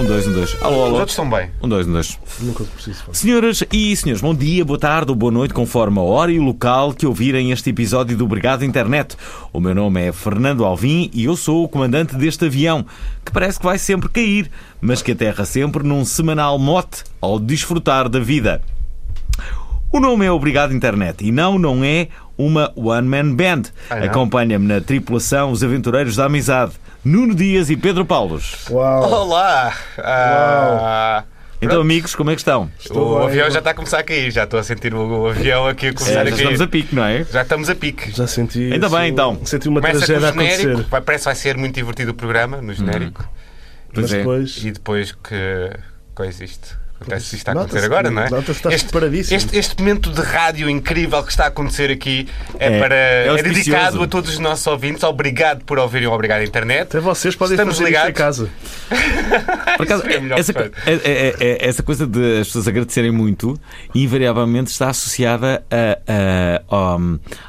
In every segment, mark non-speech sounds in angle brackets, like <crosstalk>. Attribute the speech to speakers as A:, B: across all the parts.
A: Um, dois, um, dois. Alô,
B: Os
A: alô.
B: outros estão bem.
A: Um, dois, um, dois.
C: Nunca preciso.
A: Senhoras e senhores, bom dia, boa tarde ou boa noite, conforme a hora e o local que ouvirem este episódio do Obrigado Internet. O meu nome é Fernando Alvim e eu sou o comandante deste avião, que parece que vai sempre cair, mas que aterra sempre num semanal mote ao desfrutar da vida. O nome é Obrigado Internet e não, não é uma one-man band.
C: Ah,
B: Ai, não?
A: Acompanha-me na tripulação Os Aventureiros da Amizade, Nuno Dias e Pedro Paulos.
C: Uau!
B: Olá! Ah,
A: Então, amigos, como é que estão?
B: o
C: bem,
B: avião
C: bom.
B: já está a começar a cair, já estou a sentir o avião aqui a começar
A: É, já
B: a cair.
A: estamos a pique, não é?
B: Já estamos a pique.
C: Já senti.
A: Ainda bem, então.
C: Senti uma
B: Oh. Começa com o
C: tragédia a
B: genérico,
C: acontecer. Hum.
B: vai- parece que vai ser muito divertido o programa no genérico.
C: Mas
A: Pois é.
C: depois.
B: E depois que coisa isto. Acontece isto está a
C: Nota-se,
B: acontecer agora, não é?
C: nota-se que estás preparadíssimo.
B: este, este momento de rádio incrível que está a acontecer aqui é,
A: É,
B: para,
A: é
B: é
A: auspicioso.
B: dedicado a todos os nossos ouvintes. Obrigado por ouvirem o Obrigado Internet.
C: Até vocês podem
B: Estamos
C: fazer
B: ligados.
C: isto em casa.
A: Por acaso,
B: Isso é a melhor
A: essa, co-
B: coisa.
A: é- é- é- essa coisa de as pessoas agradecerem muito, invariavelmente está associada a, a- ao-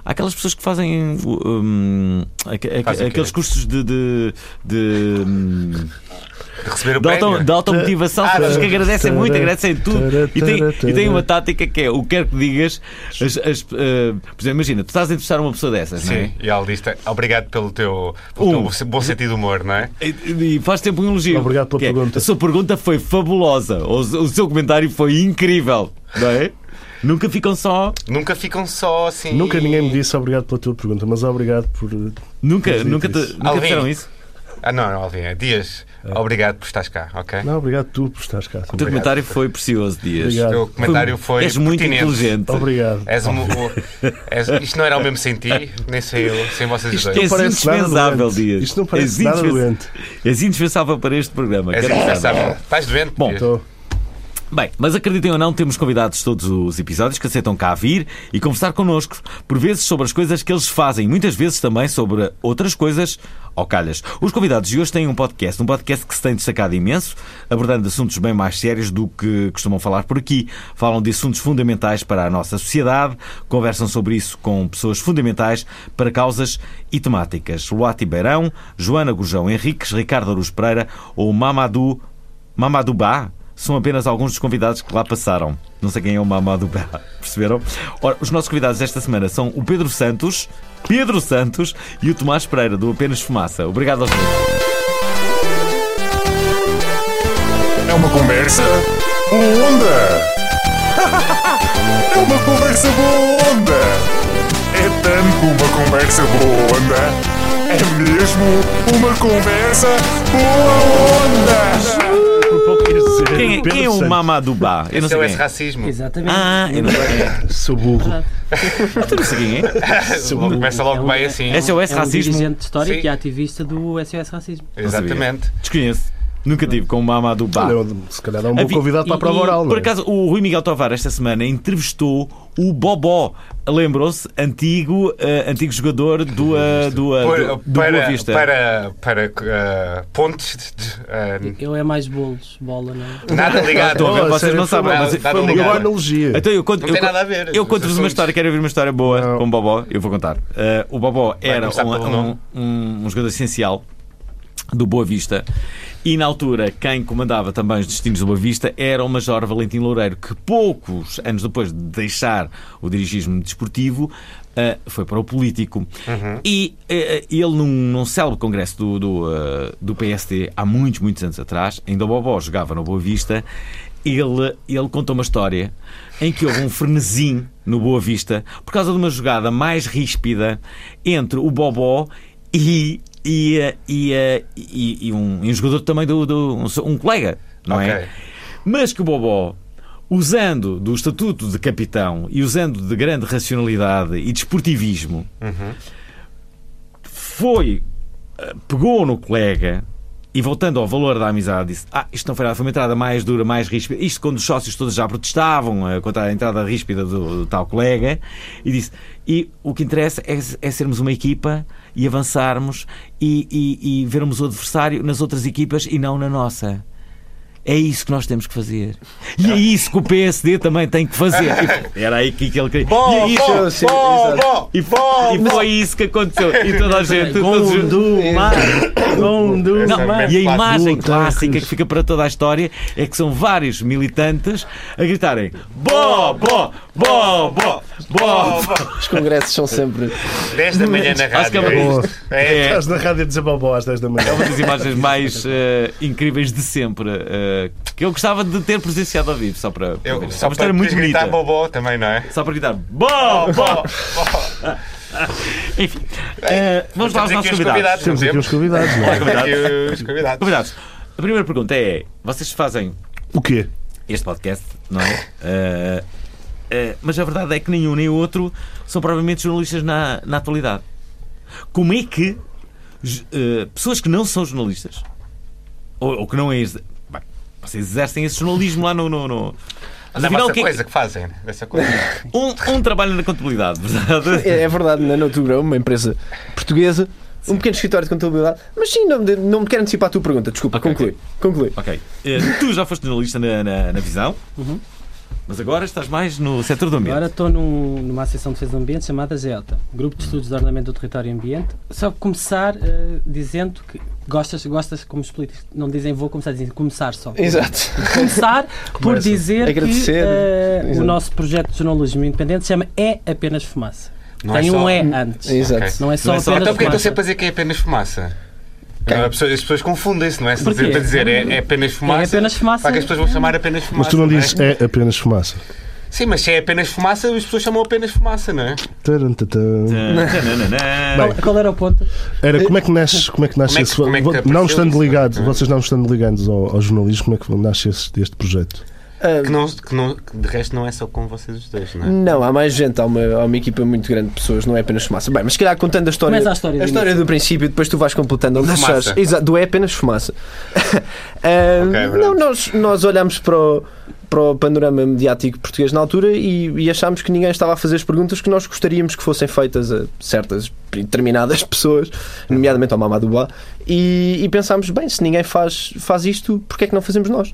A: àquelas pessoas que fazem, um, aque- aque-
B: Fazem o quê?
A: aqueles cursos de. de, de, hum,
B: De receber o
A: de
B: prémio.
A: auto- de automotivação,
B: Ah,
A: pessoas que agradecem
C: tara,
A: muito, agradecem tudo.
C: tara,
A: E tem,
C: tara,
A: e tem uma
C: tara.
A: tática que é o que quer que digas, as- as, eh, por exemplo, imagina, tu estás a entrevistar uma pessoa dessas, não é?
B: Sim, e ela diz obrigado pelo teu, pelo
C: Uh.
A: Um.
B: teu bom sentido de humor, não é?
A: E e faz tempo um elogio.
C: Obrigado pela
A: Que é,
C: pergunta.
A: A sua pergunta foi fabulosa. O, o seu comentário foi incrível. Não é? Nunca ficam só.
B: Nunca ficam só assim.
C: Nunca ninguém me disse obrigado pela tua pergunta, mas obrigado por.
A: Nunca,
C: Sim,
A: nunca, te-
C: isso.
A: nunca
B: Alvin.
A: disseram isso.
B: Ah, não, não, Alvin, é Dias, obrigado por estares cá, ok?
C: Não, obrigado tu por estares cá.
A: O teu comentário foi precioso, Dias.
C: Obrigado.
B: O teu comentário foi.
A: És muito
B: pertinente.
A: inteligente.
C: Obrigado.
B: És um- o- és- isto não era o mesmo sem ti, nem sei eu, sem vocês
A: Isto
B: dois.
A: És
C: parece nada
A: indispensável,
C: doente.
A: Dias.
C: Isto não parece
A: És
C: nada
A: indispens-
C: doente.
A: És indispensável para este programa.
B: És
A: caramba.
B: indispensável. Estás doente?
A: é Bom,
B: Dias?
C: Estou.
A: Bem, mas acreditem ou não, temos convidados todos os episódios que aceitam cá vir e conversar connosco, por vezes sobre as coisas que eles fazem, muitas vezes também sobre outras coisas ou calhas. Os convidados de hoje têm um podcast, um podcast que se tem destacado imenso, abordando assuntos bem mais sérios do que costumam falar por aqui. Falam de assuntos fundamentais para a nossa sociedade, conversam sobre isso com pessoas fundamentais para causas e temáticas. Luati Beirão, Joana Gujão Henriques, Ricardo Aruz Pereira ou Mamadou Mamadubá são apenas alguns dos convidados que lá passaram. Não sei quem é o Mamadubá, <laughs> perceberam? Ora, os nossos convidados desta semana são o Pedro Santos, Pedro Santos e o Tomás Pereira, do Apenas Fumaça. Obrigado aos dois.
D: É uma conversa boa onda. <laughs> É uma conversa boa onda. É tanto uma conversa boa onda. É mesmo uma conversa boa onda.
C: Por pouco ia dizer
A: Quem, é-
C: Pedro
A: quem é o
C: Santos.
A: Mamadubá? Eu não
B: Esse
A: sei
B: é o
A: quem é.
B: racismo.
E: Exatamente.
A: Ah, eu não sei quem é.
C: Sou burro.
A: Eu não sei quem é.
B: Logo- Começa
E: É
B: logo
E: um-
B: bem assim.
A: Esse é o
E: É um
A: S-Racismo.
E: dirigente histórico
B: Sim.
E: e ativista do SOS Racismo.
B: Exatamente.
A: Desconheço. Nunca tive com o Mamadubá.
C: Olha, Se calhar é um bom
A: Ah. Havia-
C: convidado para a
E: e-
C: prova
E: e-
C: oral. não
A: Por
C: é?
A: acaso, o Rui Miguel Tovar esta semana entrevistou o Bobó. Lembrou-se, antigo, eh, antigo jogador do, eh, do, eh, do,
B: Por-
A: do Boa
B: para,
A: Vista.
B: para, para, ah, pontes de- de- ah,
E: Eu é mais bolos, bola, não é?
B: nada ligado.
A: Estou a ver,
C: Oh,
A: vocês
C: sério,
A: não
C: foi
A: sabem,
C: uma-
B: mas-
C: Foi uma boa
B: Obrigado.
C: analogia.
A: Então eu conto,
B: Não
A: eu
B: tem
A: conto-
B: nada a ver,
A: Eu
B: os
A: conto-vos uma
B: assuntos.
A: história, quero ouvir uma história boa
C: Não.
A: com o Bobó, eu vou contar. Eh, o Bobó era
B: começar
A: um,
B: pelo nome.
A: um, um- um jogador essencial do Boa Vista e na altura quem comandava também os destinos do Boa Vista era o Major Valentim Loureiro, que poucos anos depois de deixar o dirigismo desportivo. eh, foi para o político e eh, ele num, num célebre congresso do, do, eh, do PSD há muitos, muitos anos atrás ainda o Bobó jogava no Boa Vista ele, ele contou uma história em que houve um frenesim no Boa Vista por causa de uma jogada mais ríspida entre o Bobó e, e, eh, e, eh, e- e um, e um jogador também do, do- um, seu- um colega, não
B: Ok.
A: é? Mas que o Bobó, usando do estatuto de capitão e usando de grande racionalidade e desportivismo, foi eh, pegou no colega e voltando ao valor da amizade, disse: Ah, isto não foi nada, foi uma entrada mais dura, mais ríspida. Isto quando os sócios todos já protestavam eh, contra a entrada ríspida do, do tal colega. E disse: E o que interessa é, é sermos uma equipa e avançarmos e, e, e vermos o adversário nas outras equipas e não na nossa. É isso que nós temos que fazer. E é isso que o PSD também tem que
C: <laughs>
A: fazer. E Era aí que ele queria. e, é isso-
C: bom, sim, exato.
B: bom,
A: e, e foi isso que aconteceu. E toda a gente. todos os- um
E: Gondomar,
B: Essa é
E: Gondomar.
B: mesmo.
A: e a imagem
C: Do
A: clássica
C: Tancos.
A: que fica para toda a história é que são vários militantes a gritarem Bó, bó, bó, bó, bó.
F: Os congressos são sempre.
B: 10 da manhã na
A: Acho que
B: rádio.
A: é
B: é
A: uma-
B: isto. É.
A: É
C: <laughs> Estás na rádio a dizer bobó às 10 da manhã.
A: uma das imagens mais eh, incríveis de sempre eh, que eu gostava de ter presenciado ao vivo, só para. para ver.
B: Eu,
A: é
B: só
A: uma história
B: para
A: muito
B: muito gritar
A: bonita.
B: bobó também, não é?
A: Só para gritar Bó, bó. Enfim, eh, vamos lá aos
B: Temos
A: nossos
B: aqui os
A: convidados.
B: não
C: Temos aqui
B: temos?
C: uns
B: <laughs>
C: convidados, não é?
B: Temos aqui os convidados.
A: Convidados, a primeira pergunta é: vocês fazem
C: O quê?
A: este podcast, não é? Eh, eh, mas a verdade é que nenhum nem o outro são provavelmente jornalistas na, na atualidade. Como é que j- eh, pessoas que não são jornalistas ou, ou que não é. ex- Bem, vocês exercem esse jornalismo lá no. no, no... Mas
B: Da
A: afinal, o
B: vossa
A: que é que-
B: coisa que fazem, dessa coisa. Então,
A: um, um trabalha na contabilidade,
F: <laughs>
A: verdade?
F: É, é verdade, na Natura, uma empresa portuguesa, um pequeno escritório de contabilidade. Mas sim, não, me- não me quero antecipar a tua pergunta, desculpa,
A: Ok,
F: conclui. conclui.
A: Ok. Eh, tu já foste jornalista na, na, na visão,
E: Uhum.
A: mas agora estás mais no setor do ambiente.
E: Agora estou num- numa associação de defesa do ambiente chamada GELTA, Grupo de Estudos de Ordenamento do Território e Ambiente. Só começar eh, dizendo que gostas, gostas, como os políticos não dizem vou começar, dizem começar só.
F: Exato.
E: começar por dizer que
F: Agradecer.
E: eh, o
F: Exato.
E: nosso projeto de jornalismo independente se chama É Apenas Fumaça.
B: Não é
E: Tem um
B: só-
E: E antes.
F: Exato.
B: <laughs> Ok.
E: Não é só
A: Não é só-
B: Então
E: apenas
B: porquê é que
E: fumaça.
B: estou sempre a dizer que é apenas fumaça? Agora, as pessoas- as pessoas confundem-se, não é? Se
E: Porquê?
B: dizer, para dizer é, é apenas fumaça.
E: apenas fumaça.
B: Para que as pessoas vão chamar apenas fumaça.
C: Mas tu não dizes
B: é?
C: é apenas fumaça.
B: Sim, mas se é apenas fumaça, as pessoas chamam apenas fumaça, não é?
C: Tarantatã.
A: Tananana.
E: Qual, qual era o ponto?
C: Era, como é que nasce, como é que nasce
B: Como é que-
C: esse-
B: como é que apareceu
C: Não estando
B: isso?
C: ligados,
B: Hum.
C: vocês não estando ligados ao, ao jornalismo, como é que nasce este, este projeto?
F: Ah,
B: Que, não, é. que, não, que de resto não é só com vocês os dois, não é?
F: não, há mais gente, há uma, há uma equipa muito grande de pessoas, não é apenas fumaça. Bem, mas se calhar contando a história,
E: Começa a história do
F: do princípio, depois tu vais completando onde
B: Fumaça.
F: achares. Exato, do é apenas fumaça. <laughs> Ah,
B: Ok, verdade.
F: não, nós, nós olhamos para o, para o panorama mediático português na altura e, e achámos que ninguém estava a fazer as perguntas que nós gostaríamos que fossem feitas a certas determinadas <laughs> pessoas, nomeadamente ao Mamadou Ba, e, e pensámos, bem, se ninguém faz, faz isto, porquê é que não fazemos nós?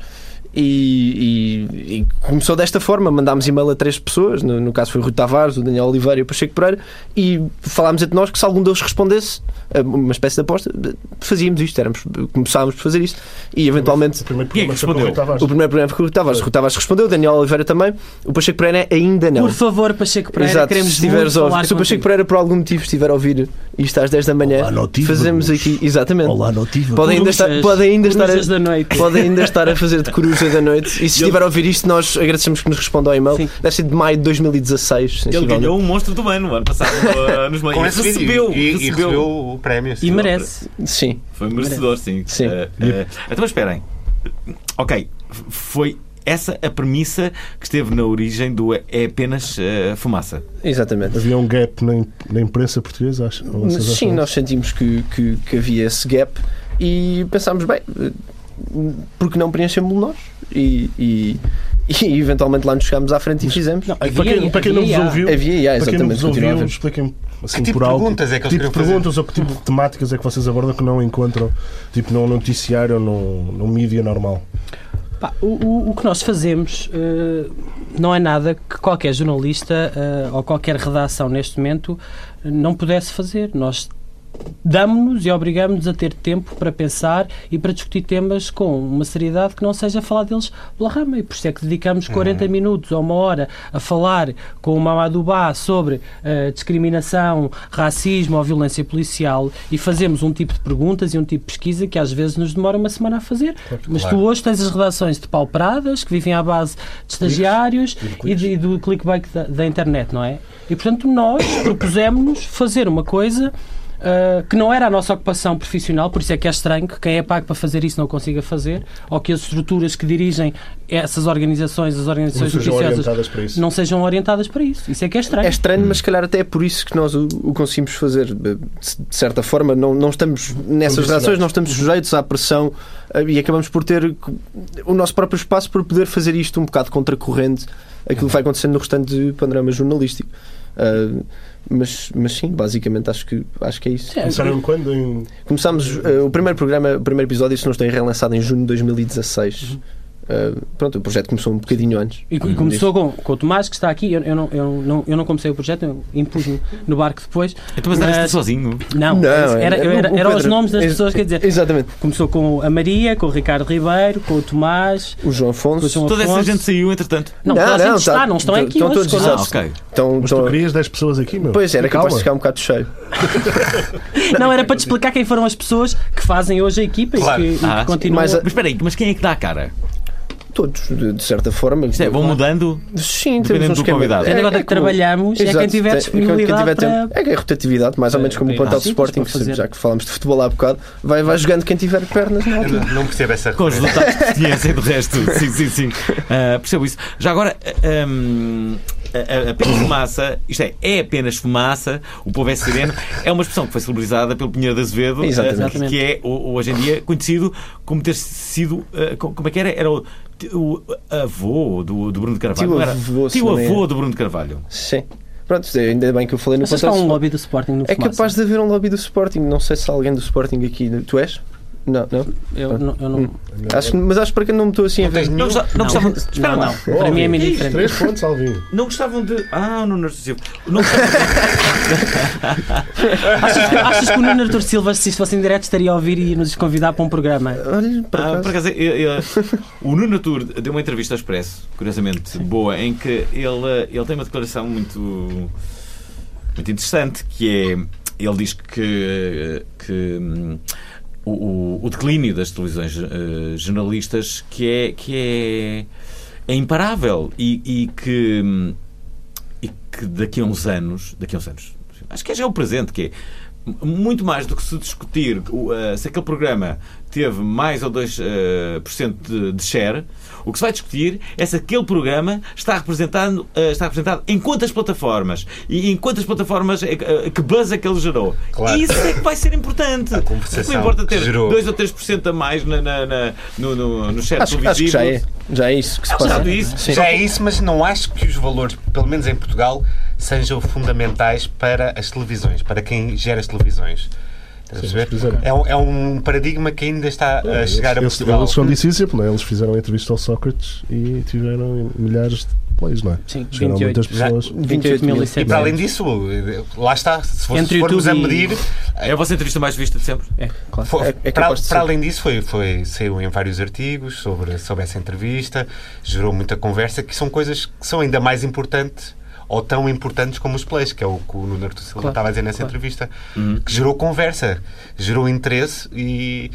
F: E, e- e começou desta forma, mandámos e-mail a três pessoas, no, no caso foi o Rui Tavares, o Daniel Oliveira e o Pacheco Pereira, e falámos entre nós que se algum deles respondesse, eh, uma espécie de aposta, eh, fazíamos isto, éramos, começámos por fazer isto, e eventualmente
C: primeiro
A: Quem é que respondeu?
F: o primeiro programa foi o Rui Tavares. O Rui Tavares respondeu, o Daniel Oliveira também. O Pacheco Pereira ainda não.
E: Por favor, Pacheco Pereira,
F: Exato,
E: queremos
F: se estiveres
E: muito
F: a ouvir.
E: falar
F: Se o Pacheco
E: contigo.
F: Pereira por algum motivo estiver a ouvir isto às 10 da manhã,
C: Olá, notívaros.
F: fazemos aqui. Exatamente.
C: Olá, notívago.
F: Podem ainda estar, podem ainda estar
E: Corujas
F: a.
E: da noite.
F: Podem ainda estar a fazer de coruja da noite. E se estiver a ouvir isto, nós agradecemos que nos responda ao e-mail.
E: Sim.
F: Deve ser de maio de 2016.
A: Ele
F: sensivelmente.
A: ganhou um monstro do ano, no ano passado,
B: <laughs>
A: no- ah, nos meios.
B: Com esse vídeo.
A: recebeu,
B: e, e
A: recebeu.
B: recebeu o prémio.
E: <laughs> E
B: sim.
E: merece.
F: Sim.
A: Foi merecedor, sim.
F: Sim.
A: Eh, eh, então, esperem. Ok, f- foi essa a premissa que esteve na origem do É é Apenas eh, Fumaça.
F: Exatamente.
C: Havia um gap na, im- na imprensa portuguesa, acho. ou vocês acham
F: Sim,
C: isso?
F: nós sentimos que, que, que havia esse gap e pensámos, bem, eh, porque não preenchemos nós? E, e, <laughs> e eventualmente lá nos chegámos à frente e fizemos.
E: Não,
C: Para quem, para quem não vos
E: havia-
C: ouviu,
F: Havia, yeah,
C: para quem não vos
F: exatamente, continua a
C: ouviu,
F: haver.
C: expliquem assim,
B: Que tipo
C: por
B: de
C: alto.
B: perguntas é que eles
C: tipo de
B: queriam fazer?
C: perguntas ou que tipo de temáticas é que vocês abordam que não encontram tipo num noticiário ou num, num mídia normal?
E: Pá, o, o- o que nós fazemos eh, não é nada que qualquer jornalista eh, ou qualquer redação neste momento eh, não pudesse fazer. Nós damos-nos e obrigamos-nos a ter tempo para pensar e para discutir temas com uma seriedade que não seja falar deles pela rama. E por isso é que dedicamos 40 minutos ou uma hora a falar com o Mamadou Ba sobre eh, discriminação, racismo ou violência policial e fazemos um tipo de perguntas e um tipo de pesquisa que às vezes nos demora uma semana a fazer. Mas tu hoje tens as redações de palperadas que vivem à base de estagiários e, de- e do <coughs> clickbait da, da internet, não é? E portanto nós propusemos-nos fazer uma coisa ah, que não era a nossa ocupação profissional, por isso é que é estranho que quem é pago para fazer isso não consiga fazer, ou que as estruturas que dirigem essas organizações, as
C: Não
E: organizações
C: sejam
E: religiosas,
C: orientadas para isso.
E: não sejam orientadas para isso. Isso é que é estranho.
F: É estranho, mas se calhar até é por isso que nós o, o conseguimos fazer. De de certa forma, não, não estamos nessas
C: Condicionados.
F: relações, não
E: Uhum.
F: estamos sujeitos à pressão eh, e acabamos por ter o nosso próprio espaço para poder fazer isto um bocado contracorrente aquilo que vai acontecendo no restante do panorama jornalístico. Ah, mas, mas sim, basicamente acho que, acho que é isso.
E: É,
C: Começaram quando? Em...
F: Começámos eh, o primeiro programa, o primeiro episódio, se não estou em relançado em junho de 2016.
E: Uhum.
F: Ah, pronto, o projeto começou um bocadinho antes.
E: E, e começou com, com o Tomás, que está aqui. Eu, eu não, eu, não, eu não comecei o projeto, eu impus-me no barco depois.
A: Então, mas andaste sozinho.
E: Não,
F: Não,
E: era, eu era,
F: o
E: eram os
F: Pedro- é
E: nomes das
F: ex-
E: pessoas, quer dizer.
F: Exatamente.
E: Começou com a Maria, com o Ricardo Ribeiro, com o Tomás,
F: O João Afonso.
E: com o João
A: Toda essa
E: Afonso.
A: gente saiu, entretanto.
E: Não,
F: Não,
E: toda a
F: não,
E: gente está,
F: tá-
E: não estão
F: estão-
E: aqui
F: estão
E: hoje
F: todos
E: connosco.
A: Ah,
F: Exato.
A: ok.
F: Então,
C: Mas
F: então-
C: tu querias 10 pessoas aqui, meu?
F: Pois era capaz
C: Calma.
F: de ficar um bocado cheio.
E: Não, era para te explicar quem foram as pessoas que fazem hoje a equipa
B: Claro.
E: e que, e que
A: Ah, sim.
E: continuam.
F: Mas a-
A: Mas espera aí, mas quem é que dá a cara?
F: Todos, de, de certa forma.
A: Isto é, vão mudando?
F: Sim, temos
A: dependendo
F: um
A: do
F: esquema.
A: convidado.
E: É, negócio que
F: como-
E: trabalhamos, é quem tiver
F: tem-
E: disponibilidade
F: quem tiver
E: para-
F: tempo. É que é rotatividade, mais ou menos como o
E: tem
F: plantel de
E: vários sítios
F: Sporting,
E: para fazer.
F: já que falámos de futebol há bocado, vai, vai jogando quem tiver pernas é? na altura.
B: Não percebo essa
A: Com os
B: referência.
A: resultados que conhecem do resto. Sim, sim, sim. Ah, percebo isso. Já agora, ah, hum, a- a- apenas fumaça, isto é, é apenas fumaça, o povo é sereno, é uma expressão que foi celebrizada pelo Pinheiro de Azevedo, ah,
F: Exatamente.
A: que- que é o- hoje em dia conhecido como ter sido. ah, co- como é que era? Era o, o avô do, do Bruno de Carvalho.
F: Tio
A: não era?
F: avô, se
A: Tio
F: não é.
A: avô do Bruno de Carvalho.
F: Sim. Pronto, é, ainda bem que eu falei no
E: Mas
F: plantel
E: está
F: de
E: um
F: Sporting.
E: lobby do Sporting no
F: É
E: Fumaça.
F: capaz de haver um lobby do Sporting, não sei se há alguém do Sporting aqui. Tu és? Não, não.
E: Eu, não- eu não.
F: Acho que- mas acho que para que não me estou assim a
B: Não tens
F: ver.
A: Não,
B: nenhum.
A: gosta- não
E: Não,
A: gostavam.
E: não,
A: Espera lá.
E: não. Para mim é meio diferente.
C: 3 pontos,
B: <laughs>
C: Alvinho.
A: Não gostavam de. Ah, Nuno Artur Silva. Não gostavam-
E: Achas, que, achas que o Nuno Artur Silva, se isto fosse em direto, estaria a ouvir e nos convidar para um programa?
F: Olha, por
A: Ah,
F: acaso.
A: por acaso, eu- <laughs> eu- o Nuno Tour deu uma entrevista ao Expresso, curiosamente boa, em que ele, ele tem uma declaração muito, muito interessante, que é, ele diz que, que hum, o, o- o declínio das televisões eh, jornalistas que é, que é, é imparável e, e que... hum, e que daqui a uns anos, daqui a uns anos, acho que é já o presente, que é m- muito mais do que se discutir o, eh, se aquele programa teve mais ou 2% por cento de, de share, o que se vai discutir é se aquele programa está, representando, eh, está representado em quantas plataformas e em quantas plataformas, é que- eh, que buzz é que ele gerou.
B: Claro.
A: Isso é que vai ser importante.
B: A conversação
A: Não importa é
B: que
A: ter
B: gerou.
A: 2 ou 3% a mais na, na- na- no, no, no share
F: Acho, acho que
A: televisivo.
F: já é. Já é isso que se
A: É um
F: passa.
A: dado isso.
F: Sim.
B: Já é isso, mas não acho que os valores, pelo menos em Portugal, sejam fundamentais para as televisões, para quem gera as televisões. Estás a
C: Sim,
B: perceber?
C: mas fizeram.
B: É um, é um paradigma que ainda está a chegar a
C: eles,
B: Portugal.
C: eles são discípulos, não é? Eles fizeram a entrevista ao Sócrates e tiveram milhares de plays, não é?
E: Sim,
C: Chegaram
E: 28.
C: muitas pessoas.
E: 28 mil e
B: E para
E: 700.
B: além disso, lá está, se fosse-
E: Entre
B: formos a
E: YouTube e-
B: medir,
A: É a vossa entrevista mais vista de sempre?
E: É, claro.
B: Foi-
F: É- é
B: para,
F: capaz de
B: para
F: ser.
B: além disso, foi, foi, saiu em vários artigos sobre, sobre essa entrevista, gerou muita conversa, que são coisas que são ainda mais importantes ou tão importantes como os plays, que é o que o Nuno Artur Silva
E: Claro,
B: estava a dizer nessa
E: claro.
B: entrevista, que gerou conversa, gerou interesse e...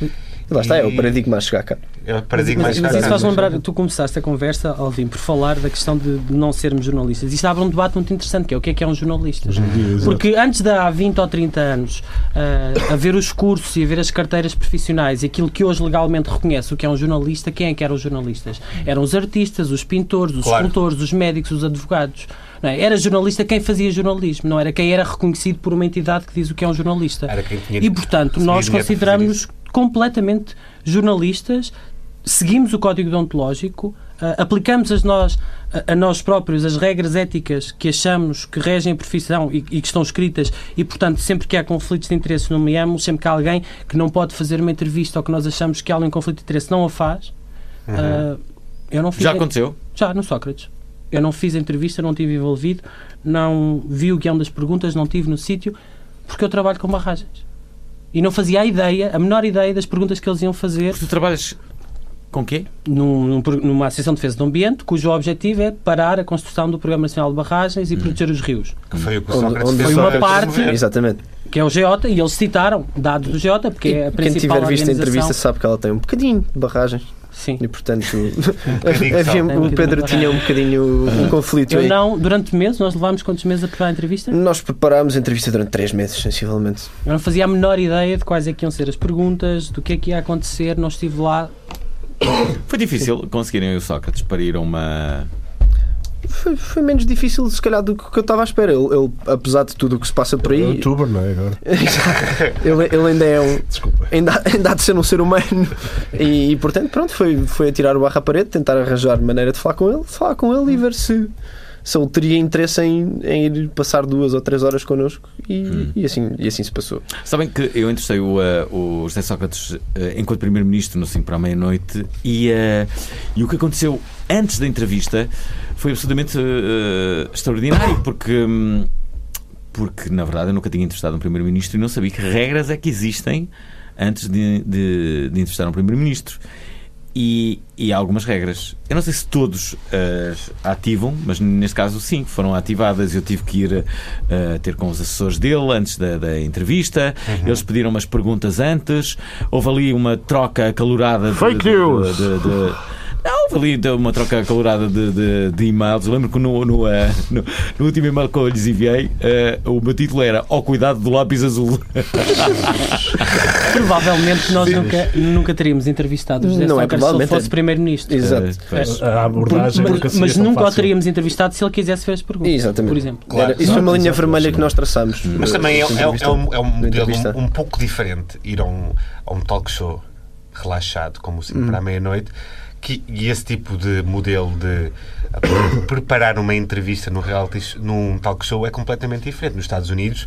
F: Lá está, é o
B: e-
F: paradigma a chegar cá.
B: É o paradigma
E: Mas,
B: a
E: mas
B: chegar
E: isso
B: a-
E: faz
F: um
E: lembrar, tu começaste a conversa, Alvin, por falar da questão de de não sermos jornalistas. Isto abre um debate muito interessante, que é o que é que é um jornalista.
C: Hoje em dia, exato.
E: Porque antes de há 20 ou 30 anos, ah, a ver os cursos e a ver as carteiras profissionais, e aquilo que hoje legalmente reconhece o que é um jornalista, quem é que eram os jornalistas? Eram os artistas, os pintores, os
B: Claro.
E: escultores, os médicos, os advogados. Não é? Era jornalista quem fazia jornalismo, não era quem era reconhecido por uma entidade que diz o que é um jornalista.
B: Era quem tinha
E: E, portanto,
B: conseguido dinheiro para
E: nós
B: fazer
E: consideramos-nos completamente jornalistas, seguimos o código deontológico, ah, aplicamos as nós, eh, a, a nós próprios as regras éticas que achamos que regem a profissão e, e que estão escritas e, portanto, sempre que há conflitos de interesse nomeamos, sempre que há alguém que não pode fazer uma entrevista ou que nós achamos que há alguém em conflito de interesse não a faz,
B: Uhum.
E: ah, eu não fiz
A: Já aconteceu?
E: já, no Sócrates. Eu não fiz entrevista, não estive envolvido, não vi o guião das perguntas, não estive no sítio, porque eu trabalho com barragens. E não fazia a ideia, a menor ideia das perguntas que eles iam fazer
A: Porque tu trabalhas com quê?
E: num- num pro- numa Associação de Defesa do Ambiente, cujo objetivo é parar a construção do Programa Nacional de Barragens
F: Hum.
E: e proteger os rios.
B: Que foi o que o
F: Onde-
B: Sócrates
F: onde
B: fez
E: foi uma
B: para
E: parte-
B: promover.
F: Exatamente.
E: Que é o Geota, e eles citaram dados do Geota, porque é a
F: Quem
E: principal
F: tiver visto a
E: organização.
F: entrevista sabe que ela tem um bocadinho de barragens.
E: Sim. <laughs>
F: E portanto,
B: bocadinho só.
F: havia-
E: Tem um
F: o
E: bocadinho
F: Pedro
E: de-
F: tinha um bocadinho um conflito
E: Eu
F: aí.
E: não, durante meses, nós levámos quantos meses a preparar a entrevista?
F: Nós preparámos a entrevista durante três meses, sensivelmente.
E: Eu não fazia a menor ideia de quais é que iam ser as perguntas, do que é que ia acontecer, não estive lá.
A: Foi difícil conseguirem o Sócrates para ir a uma.
F: Foi, foi menos difícil, se calhar, do que que eu estava à espera. Ele, ele, apesar de tudo o que se passa por
C: É
F: aí,
C: youtuber, não é? Agora.
F: ele, ele ainda é um.
C: Desculpa.
F: Ainda, ainda há de ser um ser humano e, e, portanto pronto foi, foi atirar o barro à parede tentar arranjar maneira de falar com ele falar com ele e ver se, se ele teria interesse em, em ir passar duas ou três horas connosco e,
B: Hum.
F: e assim, e assim se passou
A: Sabem que eu entrevistei o, eh, o José Sócrates eh, enquanto Primeiro-Ministro no 5 para a meia-noite e, eh, e o que aconteceu antes da entrevista foi absolutamente eh, extraordinário, porque. hum, porque, na verdade, eu nunca tinha entrevistado um Primeiro-Ministro e não sabia que regras é que existem antes de, de, de entrevistar um Primeiro-Ministro. E, e há algumas regras. Eu não sei se todos as ativam, mas neste caso sim, foram ativadas. Eu tive que ir eh, ter com os assessores dele antes da, da entrevista.
C: Uhum.
A: Eles pediram umas perguntas antes. Houve ali uma troca acalorada de-
C: Fake
A: de- de-
C: news.
A: de- de- não, houve ali uma troca calorada de, de, de e-mails. Eu lembro que no, no, eh, no- no último e-mail que eu lhes enviei, eh, o meu título era Ao cuidado do lápis azul.
E: Provavelmente nós nunca, nunca teríamos entrevistado o José
F: Não é
E: Sócrates se ele
F: provavelmente,
E: fosse
F: é-
E: Primeiro-ministro.
F: exato
A: Eh, Pois.
C: A abordagem
E: Mas-
C: nunca
E: mas
C: seria tão
E: nunca o
C: fácil.
E: teríamos entrevistado se ele quisesse ver as perguntas.
F: Exatamente.
E: Por exemplo.
B: Claro.
F: Era- isso foi uma linha vermelha que nós traçámos
B: Mas
C: Eh,
B: também é, é- é um, é um modelo
F: entrevista.
B: um, um pouco diferente ir a um, a um talk show relaxado, como o 5
C: Hum.
B: para a meia-noite, que- e esse tipo de modelo de ah, <coughs> preparar uma entrevista no reality, sh- num talk show é completamente diferente. Nos Estados Unidos,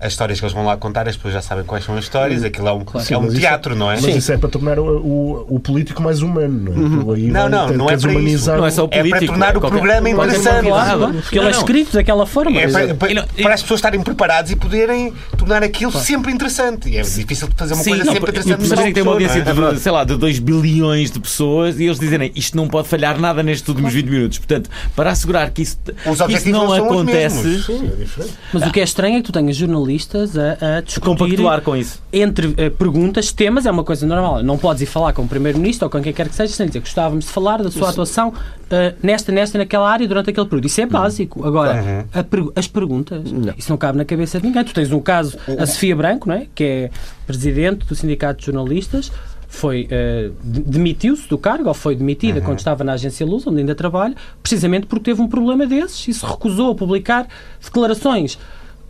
B: as histórias que eles vão lá contar, as pessoas já sabem quais são as histórias, aquilo é um, é um
C: Hum. mas isso-
B: teatro, não é?
C: Mas isso é para tornar o, o, o político mais humano, não é?
E: Uhum.
C: Tu aí
B: Não,
C: vai-
B: não,
C: te-
B: não é
C: queres
B: para isso.
C: humanizar
A: Não é só o
B: É para
A: político.
B: tornar o
A: qualquer-
B: programa
A: qualquer
B: interessante.
A: convidado.
E: Claro, porque ele é
A: Não, não.
E: escrito daquela forma.
B: É para, para-
A: E não- e-
B: para as pessoas estarem preparadas e poderem tornar aquilo sempre interessante. E é difícil de fazer uma coisa
A: não,
B: sempre
A: porque-
B: interessante.
A: imagina
B: numa
A: que tem uma
B: pessoa, não
A: audiência
B: é?
A: de, sei lá, de 2 bilhões de pessoas e eles dizerem isto não pode falhar nada nestes últimos 20 minutos. Portanto, para assegurar que isso, que isso
B: objetivos
A: não,
B: não são os
A: acontece,
B: mesmos.
C: Sim, é diferente.
E: Mas o que é estranho é que tu tenhas jornalistas a, a discutir
A: compactuar com isso.
E: entre eh, perguntas, temas, é uma coisa normal. Não podes ir falar com o Primeiro-Ministro ou com quem quer que seja sem dizer gostávamos de falar da sua atuação eh, nesta, nesta, naquela área durante aquele período. Isso é básico. Agora, a pergu- as perguntas, isso não cabe na cabeça de ninguém. Tu tens um caso, a Sofia Branco, não é? que é presidente do Sindicato de Jornalistas, foi eh, de- demitiu-se do cargo ou foi demitida quando estava na agência Luz, onde ainda trabalho, precisamente porque teve um problema desses e se recusou a publicar declarações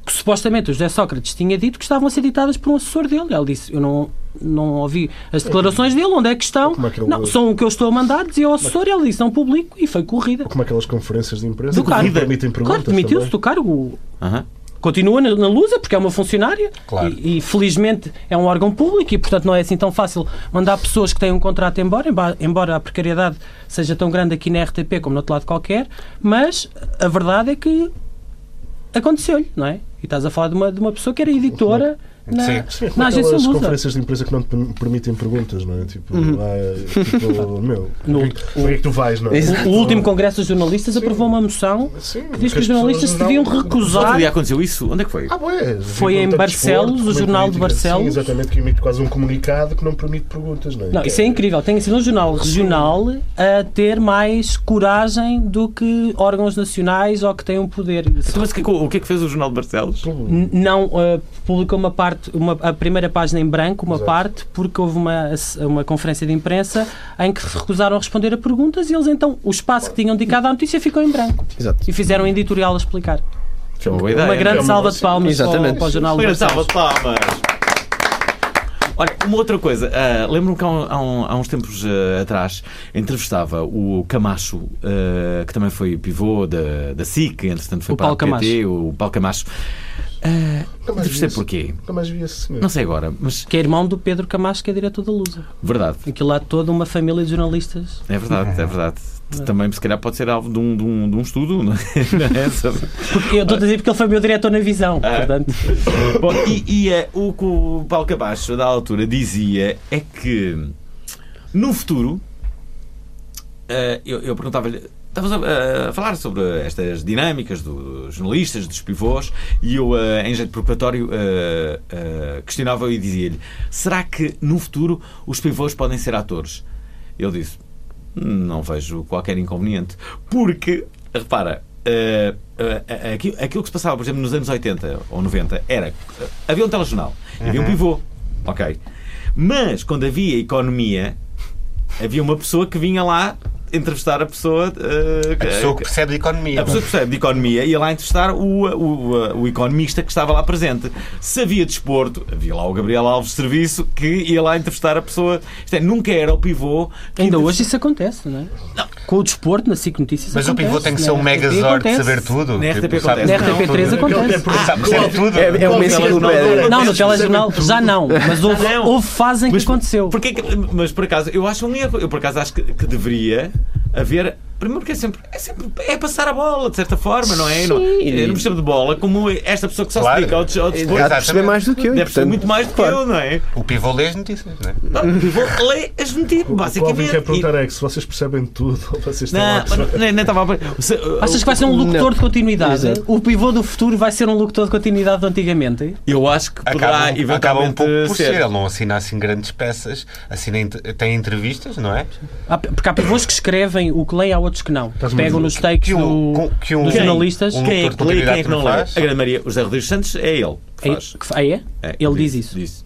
E: que supostamente o José Sócrates tinha dito que estavam a ser ditadas por um assessor dele. Ele disse: Eu não, não ouvi as declarações dele, onde é que estão?
C: Como é que ele-
E: Não, são o que eu estou a mandar, dizia o assessor, ele disse: Não publico, e foi corrida.
C: Como aquelas conferências de imprensa
E: Do
C: que não
E: cargo.
C: permitem
E: Claro,
C: perguntas.
E: demitiu-se
C: também.
E: do cargo.
A: Aham.
E: Continua na, na lusa, porque é uma funcionária
B: Claro.
E: e, e, felizmente é um órgão público e, portanto, não é assim tão fácil mandar pessoas que têm um contrato embora, emba- embora a precariedade seja tão grande aqui na RTP como no outro lado qualquer, mas a verdade é que aconteceu-lhe, não é? E estás a falar de uma, de uma pessoa que era editora na,
B: Sim.
C: Sim, é como
E: na agência
C: aquelas
E: Lusa.
C: conferências de imprensa que não te per- permitem perguntas, não é? Tipo, ah,
E: <laughs>
C: tipo meu,
E: Uhum. No-
C: onde é que tu vais, não é?
E: O, o último Congresso dos Jornalistas aprovou uma moção
C: Sim,
E: que diz que
C: as
E: os
C: pessoas
E: jornalistas se
C: não-
E: deviam
A: Outro
E: recusar
A: dia aconteceu isso? Onde é que foi?
C: Ah, bué,
E: Foi em
C: tanto
E: Barcelos,
C: desporto,
E: o
C: como em
E: jornal de
C: política. Sim,
E: Barcelos.
C: exatamente, que emite quase um comunicado que não permite perguntas, não é?
E: Não, isso é incrível. Tem sido um jornal regional a ter mais coragem do que órgãos nacionais ou que têm um poder.
A: Então, mas o que, é que- o que é que fez o Jornal de Barcelos?
E: N- Não eh, publicou uma parte, uma, a primeira página em branco, uma parte, porque houve uma, uma conferência de imprensa em que se recusaram a responder a perguntas e eles então, o espaço que tinham dedicado à notícia ficou em branco.
F: Exato.
E: E fizeram um editorial a explicar.
A: Foi uma boa ideia.
E: Uma grande
A: não é?
E: salva de palmas para o,
F: Exatamente.
E: para o jornal
A: Uma
E: de
A: grande salva
E: Barcelos.
A: de palmas. Olha, uma outra coisa, ah, lembro-me que há, um- há um- há uns tempos ah, atrás entrevistava o Camacho, ah, que também foi pivô da, da SIC, entretanto foi
E: O
A: para
E: Paulo
A: a PT, o Paulo Camacho. Ah,
C: Nunca mais vi
A: entrevistei
C: esse-
A: porquê?
C: Nunca mais vi esse senhor.
A: Não sei agora, mas
E: Que é irmão do Pedro Camacho, que é diretor da Lusa.
A: verdade.
E: Aquilo lá toda uma família de jornalistas
A: É verdade, é verdade. Também, se calhar, pode ser alvo de um, de um, de um estudo, <laughs> não é? Sobre-
E: Porque eu estou a dizer porque ele foi meu diretor na visão.
B: Ah.
E: Portanto,
A: Bom, e, e, eh, o que o Paulo Cabacho, da altura, dizia é que no futuro. eh, eu eu perguntava-lhe. Estavas a, eh, a falar sobre estas dinâmicas do- dos jornalistas, dos pivôs, e eu, eh, em jeito preparatório, eh, eh, questionava-o e dizia-lhe: será que no futuro os pivôs podem ser atores? Ele disse: Não vejo qualquer inconveniente. Porque, repara, eh, eh, aquilo, aquilo que se passava, por exemplo, nos anos 80 ou 90 era. eh, havia um telejornal, havia um pivô. Ok. Mas quando havia economia, havia uma pessoa que vinha lá entrevistar a pessoa. eh,
B: A pessoa que percebe de economia.
A: a pessoa que percebe de economia ia lá entrevistar o, eh, o, o economista que estava lá presente. Se havia desporto, havia lá o Gabriel Alves de Serviço que ia lá entrevistar a pessoa. Isto é, nunca era o pivô. que
E: Ainda
A: entrevist-
E: hoje isso acontece, não é? Com o desporto, na SIC Notícias.
B: Mas o
E: acontece,
B: pivô tem que ser
E: na
B: um
E: RTP
B: megazord de
E: acontece.
B: saber tudo.
A: Na RTP
B: sabe
A: acontece.
B: tudo.
E: Na RTP3
B: Sabe-
E: acontece. Ah,
C: Ah,
B: Percebe tudo.
F: É, é uma enciclopédia.
E: Não, no
C: Eles
E: telejornal
C: percebem
E: já não, mas houve,
A: Já não.
E: houve fase em que
A: Mas por-
E: aconteceu.
A: Porquê é que- mas por acaso, eu acho um erro. Eu por acaso acho que, que deveria haver. Primeiro porque é sempre, é sempre- é passar a bola, de certa forma, não é? Eu não, eu não percebo de bola, como esta pessoa que só se
B: Claro.
A: dedica ao, des- ao desporto
F: Há de
A: deve
F: perceber mais do que eu. e,
A: perceber
F: portanto,
A: muito mais do que
F: claro.
A: eu, não é?
B: O pivô lê as notícias, não é?
A: Eu vou ler as notícias,
C: O que alguém
A: basicamente.
C: quer perguntar é que se vocês percebem tudo, <laughs> ou vocês estão lá a perceber.
A: Não, nem, nem estava a ver. Se, uh,
E: Achas que vai ser um locutor de continuidade?
F: Exato.
E: O pivô do futuro vai ser um locutor de continuidade de antigamente?
A: Eu acho que poderá
B: Acaba,
A: eventualmente
B: acaba um pouco por ser.
A: ser.
B: Ele não assina assim grandes peças, assina, int- tem entrevistas, não é?
E: Há- Porque há pivôs que escrevem o que leem, há outros que não.
C: Estás-me a
E: Pegam
C: dizer
E: nos takes
B: que um-
E: do-
B: com- que um-
E: dos
B: Quem?
E: jornalistas.
B: Um
E: É-
A: Quem é que
B: locutor de
A: lê e quem é que
B: continuidade
A: não
B: não
A: lê?
B: faz?
A: A Grande Maria, o José Rodrigues Santos é ele que faz.
E: que- Ah, é?
A: É,
E: Ele diz isso.
A: Diz.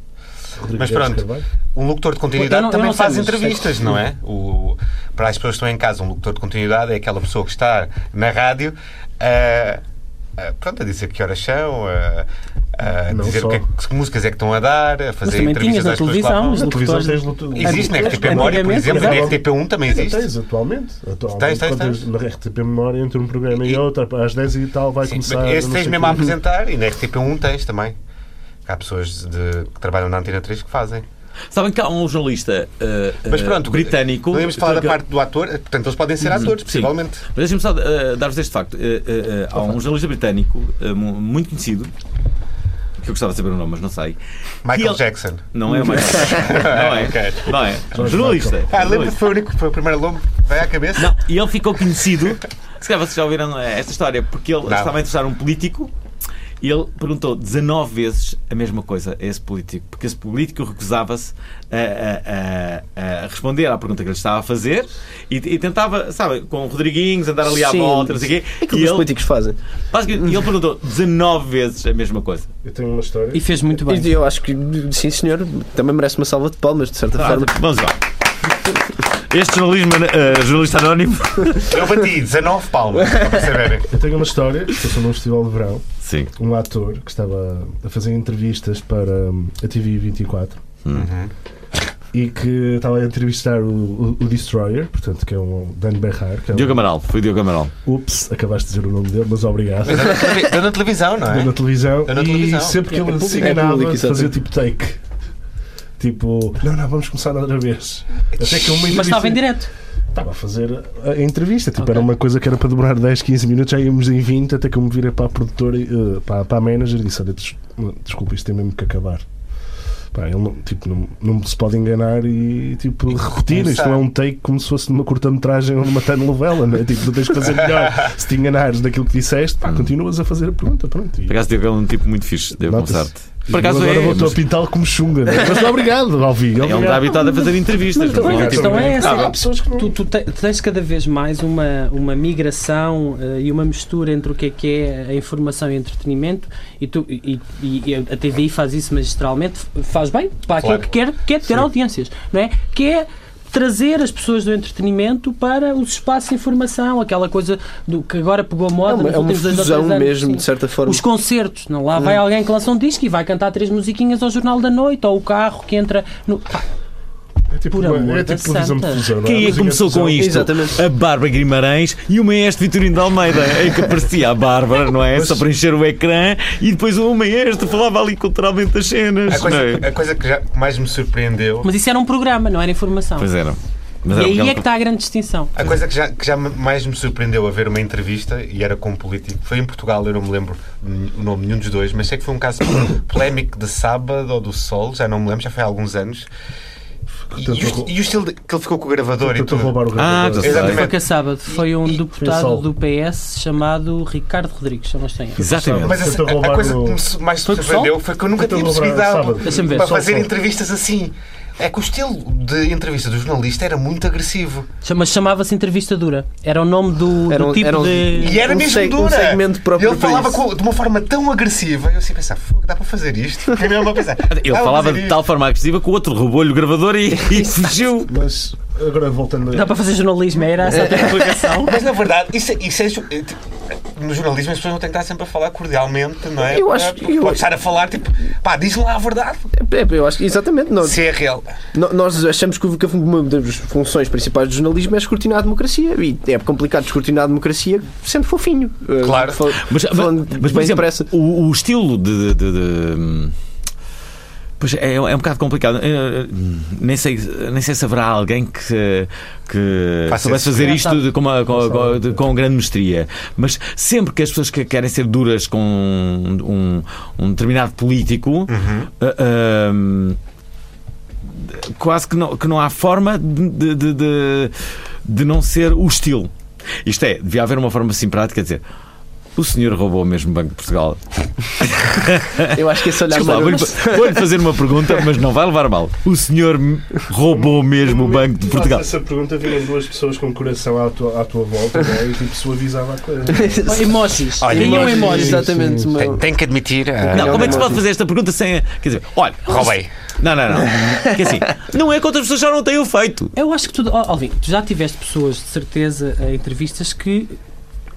B: Mas
C: Rodrigues
B: pronto,
C: Carvalho.
B: um locutor de
E: Eu
B: continuidade
E: não- eu
B: também
E: não sei,
B: faz
E: mas-
B: entrevistas, não é? O, para as pessoas que estão em casa, um locutor de continuidade é aquela pessoa que está na rádio a, a- pronto, a dizer que horas são, a, a
C: Não
B: dizer
C: só.
B: o que, é que- que músicas é que estão a dar, a fazer
E: também
B: entrevistas
E: tinhas na
B: às pessoas que
E: televisão,
B: lá vão.
E: os
C: Na televisão
E: locutores-
C: tens lutadores.
B: Existe na RTP Memória, por
E: Antigamente,
B: exemplo, na
E: exatamente.
B: RTP 1 também
C: Ainda
B: existe.
C: é Tens, atualmente. atualmente
B: Tens, tens,
C: quando
B: tens.
C: Na RTP Memória, entre um programa e,
B: E-
C: outro, às 10 e tal, vai
B: Sim,
C: começar.
B: mas esse
C: não
B: tens
C: sei
B: mesmo a
C: quê.
B: apresentar e na RTP1 tens também. Há pessoas de- que trabalham na Antena 3 que fazem.
A: Sabem que há um jornalista uh,
B: Mas
A: uh,
B: pronto,
A: britânico.
B: Podemos falar da
A: que-
B: parte do ator, portanto, eles podem
E: Uhum.
B: ser atores,
A: Sim.
B: possivelmente.
A: Mas deixem-me só uh, dar-vos este facto. Uh, uh, uh, há um jornalista britânico uh, mu- muito conhecido, que eu gostava de saber o nome, mas não sei. que
B: Michael
A: ele-
B: Jackson.
A: Não é o
B: <laughs>
A: Michael Não é.
B: Ok.
A: Não é. Jornalista.
B: Ah,
A: Jornalista.
B: lembra-se, foi o único, foi o primeiro nome que veio à cabeça?
A: Não, e ele ficou conhecido. Se calhar vocês já ouviram eh, esta história, porque ele
B: Não.
A: estava a entrevistar um político e ele perguntou 19 vezes a mesma coisa a esse político, porque esse político recusava-se a, a- a- a responder à pergunta que ele estava a fazer e, e tentava, sabe, com Rodriguinhos, andar ali à
F: Sim.
A: volta, não sei o quê.
F: É aquilo
A: E
F: que os
A: ele,
F: políticos fazem.
A: basicamente, ele perguntou 19 vezes a mesma coisa.
C: Eu tenho uma história.
E: E fez muito bem.
F: E eu acho que, sim senhor, também merece uma salva de palmas, de certa forma.
A: Ah, Vamos lá. Este jornalismo, eh, jornalista anónimo.
B: Eu bati 19 palmas, só para saberem.
C: Eu tenho uma história que passou num festival de verão.
A: Sim.
C: Um ator que estava a fazer entrevistas para hum, a TV 24
B: Uhum.
C: e que estava a entrevistar o, o- o Destroyer, portanto, que é um Dan Berrar. Que é um-
A: Diogo Amaral, foi Diogo Amaral.
C: Ups, acabaste de dizer o nome dele, mas obrigado.
B: Mas eu na televi- eu na televisão, não
C: Deu na
B: é?
C: televisão
B: Deu na
C: e
B: televisão.
C: sempre que
F: É
C: ele
F: público,
C: se
F: é público,
C: enganava
F: exato.
C: fazia tipo take. Tipo, não, não, vamos começar outra vez. Até que é uma
E: Mas
C: entrevista-
E: estava em direto.
C: Estava a fazer a- a entrevista. Tipo, era uma coisa que era para demorar 10, 15 minutos, já íamos em 20, até que eu me virei para a produtora, eh, para, para a manager e disse: Olha, des- desculpa, isto tem mesmo que acabar. Pá, ele não, tipo, não, não se pode enganar e tipo, repetir. Isto não é um take como se fosse numa curta-metragem ou numa telenovela, não é? Tipo, tu tens que fazer melhor. Se te enganares daquilo que disseste, pá, continuas a fazer a pergunta. Pronto. E-
A: Por acaso Diogo é um tipo muito fixe, devo
C: Nota-se.
A: confessar-te. Por acaso
C: eu agora
A: é,
C: voltou
A: mas
C: a pintá-lo como chunga. né? Mas obrigado, Alvi.
A: ele não está habituado a fazer entrevistas.
E: Mas
A: não é?
E: a questão é essa.
C: Há pessoas que não.
E: Tu, tu te- tens cada vez mais uma, uma migração eh, e uma mistura entre o que é que é a informação e entretenimento e, tu, e, e- e a TVI faz isso magistralmente, f- faz bem para aquilo
B: Claro.
E: que quer, que é ter audiências, não é? Que é trazer as pessoas do entretenimento para os espaços de informação, aquela coisa do que agora pegou moda
F: É uma,
E: nos
F: é uma
E: últimos dois ou
F: fusão
E: três anos,
F: mesmo,
E: sim.
F: de um- Hum. certa forma.
E: Os concertos, não? Lá vai alguém que lança um disco e vai cantar três musiquinhas ao Jornal da Noite, ou o carro que entra no. Pá,
C: É tipo,
E: Por
C: uma-
E: amor
C: é
E: da
C: tipo televisão de
E: santa.
C: fusão. não é?
A: Quem é que
C: Música
A: começou
C: de fusão.
A: com isto?
F: Exatamente.
A: A Bárbara Guimarães e o maestro Vitorino de Almeida, em que aparecia a Bárbara, não é? Só para encher o ecrã e depois o maestro falava ali culturalmente das
B: A
A: cenas. Não é?
B: coisa, a coisa que já- que mais me surpreendeu,
E: Mas isso era um programa, não era informação.
A: Pois era. Mas
E: e
A: era um
E: aí é que
A: bocado-
E: está a grande distinção.
B: a coisa que já, que já me- mais me surpreendeu a ver uma entrevista, e era com um político, foi em Portugal, eu não me lembro n- o nome de nenhum dos dois, mas sei que foi um caso <coughs> polémico de Sábado ou do Sol, já não me lembro, já foi há alguns anos. E, e o, e o estilo de- que ele ficou com o gravador e
C: Tentou
B: tudo.
C: roubar o
A: Ah, já
C: gravador.
A: sei.
B: Exatamente.
E: Foi que a sábado foi um
B: E- e-
E: deputado
C: Pensou.
E: do PS chamado Ricardo Rodrigues, é. se eu não estou em erro.
A: Exatamente.
B: Mas assim,
C: Tentou
B: a,
C: roubar
B: coisa
C: o-
B: que me su- mais me
E: Foi com o
B: surpreendeu foi que eu nunca
C: Tentou
B: tinha
C: roubar o
B: percebido
C: sábado.
B: algo
E: Deixa-me ver.
B: para
E: Sol,
B: fazer
C: sol.
B: entrevistas assim. É que o estilo de entrevista do jornalista era muito agressivo.
E: Mas chamava-se entrevista dura. Era o nome do,
F: Era
E: do
F: um-
E: tipo
F: era um- <laughs>
E: de.
B: E era
F: Um
B: mesmo
F: seg- um
B: dura.
F: segmento próprio
B: ele falava
F: para
B: com- de uma forma tão agressiva. Eu assim pensava, "Fogo, dá para fazer isto? Fiquei mesmo a pensar,
A: Ele
B: "Dá para
A: falava
B: fazer
A: de
B: isto?"
A: tal forma agressiva que o outro roubou-lhe o gravador e, <laughs> e fugiu.
C: Mas agora voltando
E: Dá para fazer jornalismo, era essa a tua
F: <laughs>
E: explicação.
B: Mas na verdade, isso, é- isso é. ju- eh, tipo, No jornalismo as pessoas não têm que estar sempre a falar cordialmente, não é?
F: Eu acho-
B: Pode
F: eu-
B: estar a falar tipo, pá, diz lá a verdade.
F: É, eu acho que, exatamente, nós,
B: Se é real.
F: no- nós achamos que uma das funções principais do jornalismo é escrutinar a democracia e é complicado escrutinar a democracia sendo fofinho. Uh,
B: Claro.
F: fal-
A: Mas,
F: falando
A: mas, mas, por
F: bem
A: exemplo,
F: depressa.
A: o, o estilo de. de- de- de- Pois é, é um bocado complicado. Eh, Nem sei, nem sei se haverá alguém que, que
B: Faça
A: soubesse
B: isso.
A: fazer
E: Já
A: isto
E: sabe.
A: de- com, uma- com- com- de- com grande mestria. Mas sempre que as pessoas que querem ser duras com um, um determinado político,
E: Uhum.
A: eh, ehm, quase que não, que não há forma de, de, de, de não ser o estilo. Isto é, devia haver uma forma assim prática de dizer. O senhor roubou mesmo o Banco de Portugal.
F: Eu acho que esse olhar
A: Desculpa, lá,
F: maroto-
A: vou-lhe vou-lhe fazer uma pergunta, mas não vai levar mal. O senhor me roubou mesmo o Banco de Portugal.
C: Essa pergunta vinham duas pessoas com coração à tua, à tua volta não é? e tipo suavizava a coisa.
E: Emojis.
B: Olha,
E: Tinha um
B: emojis.
E: emoji.
F: Exatamente. uma-
B: Tem, tem que admitir. ah,
A: Não, como é que se
F: não.
A: pode fazer esta pergunta sem. Quer dizer, olha.
B: Roubei.
A: Não, não, não. Que assim, não é que outras pessoas já não tenham feito.
E: Eu acho que tu, ó, Alvin, tu já tiveste pessoas de certeza em entrevistas que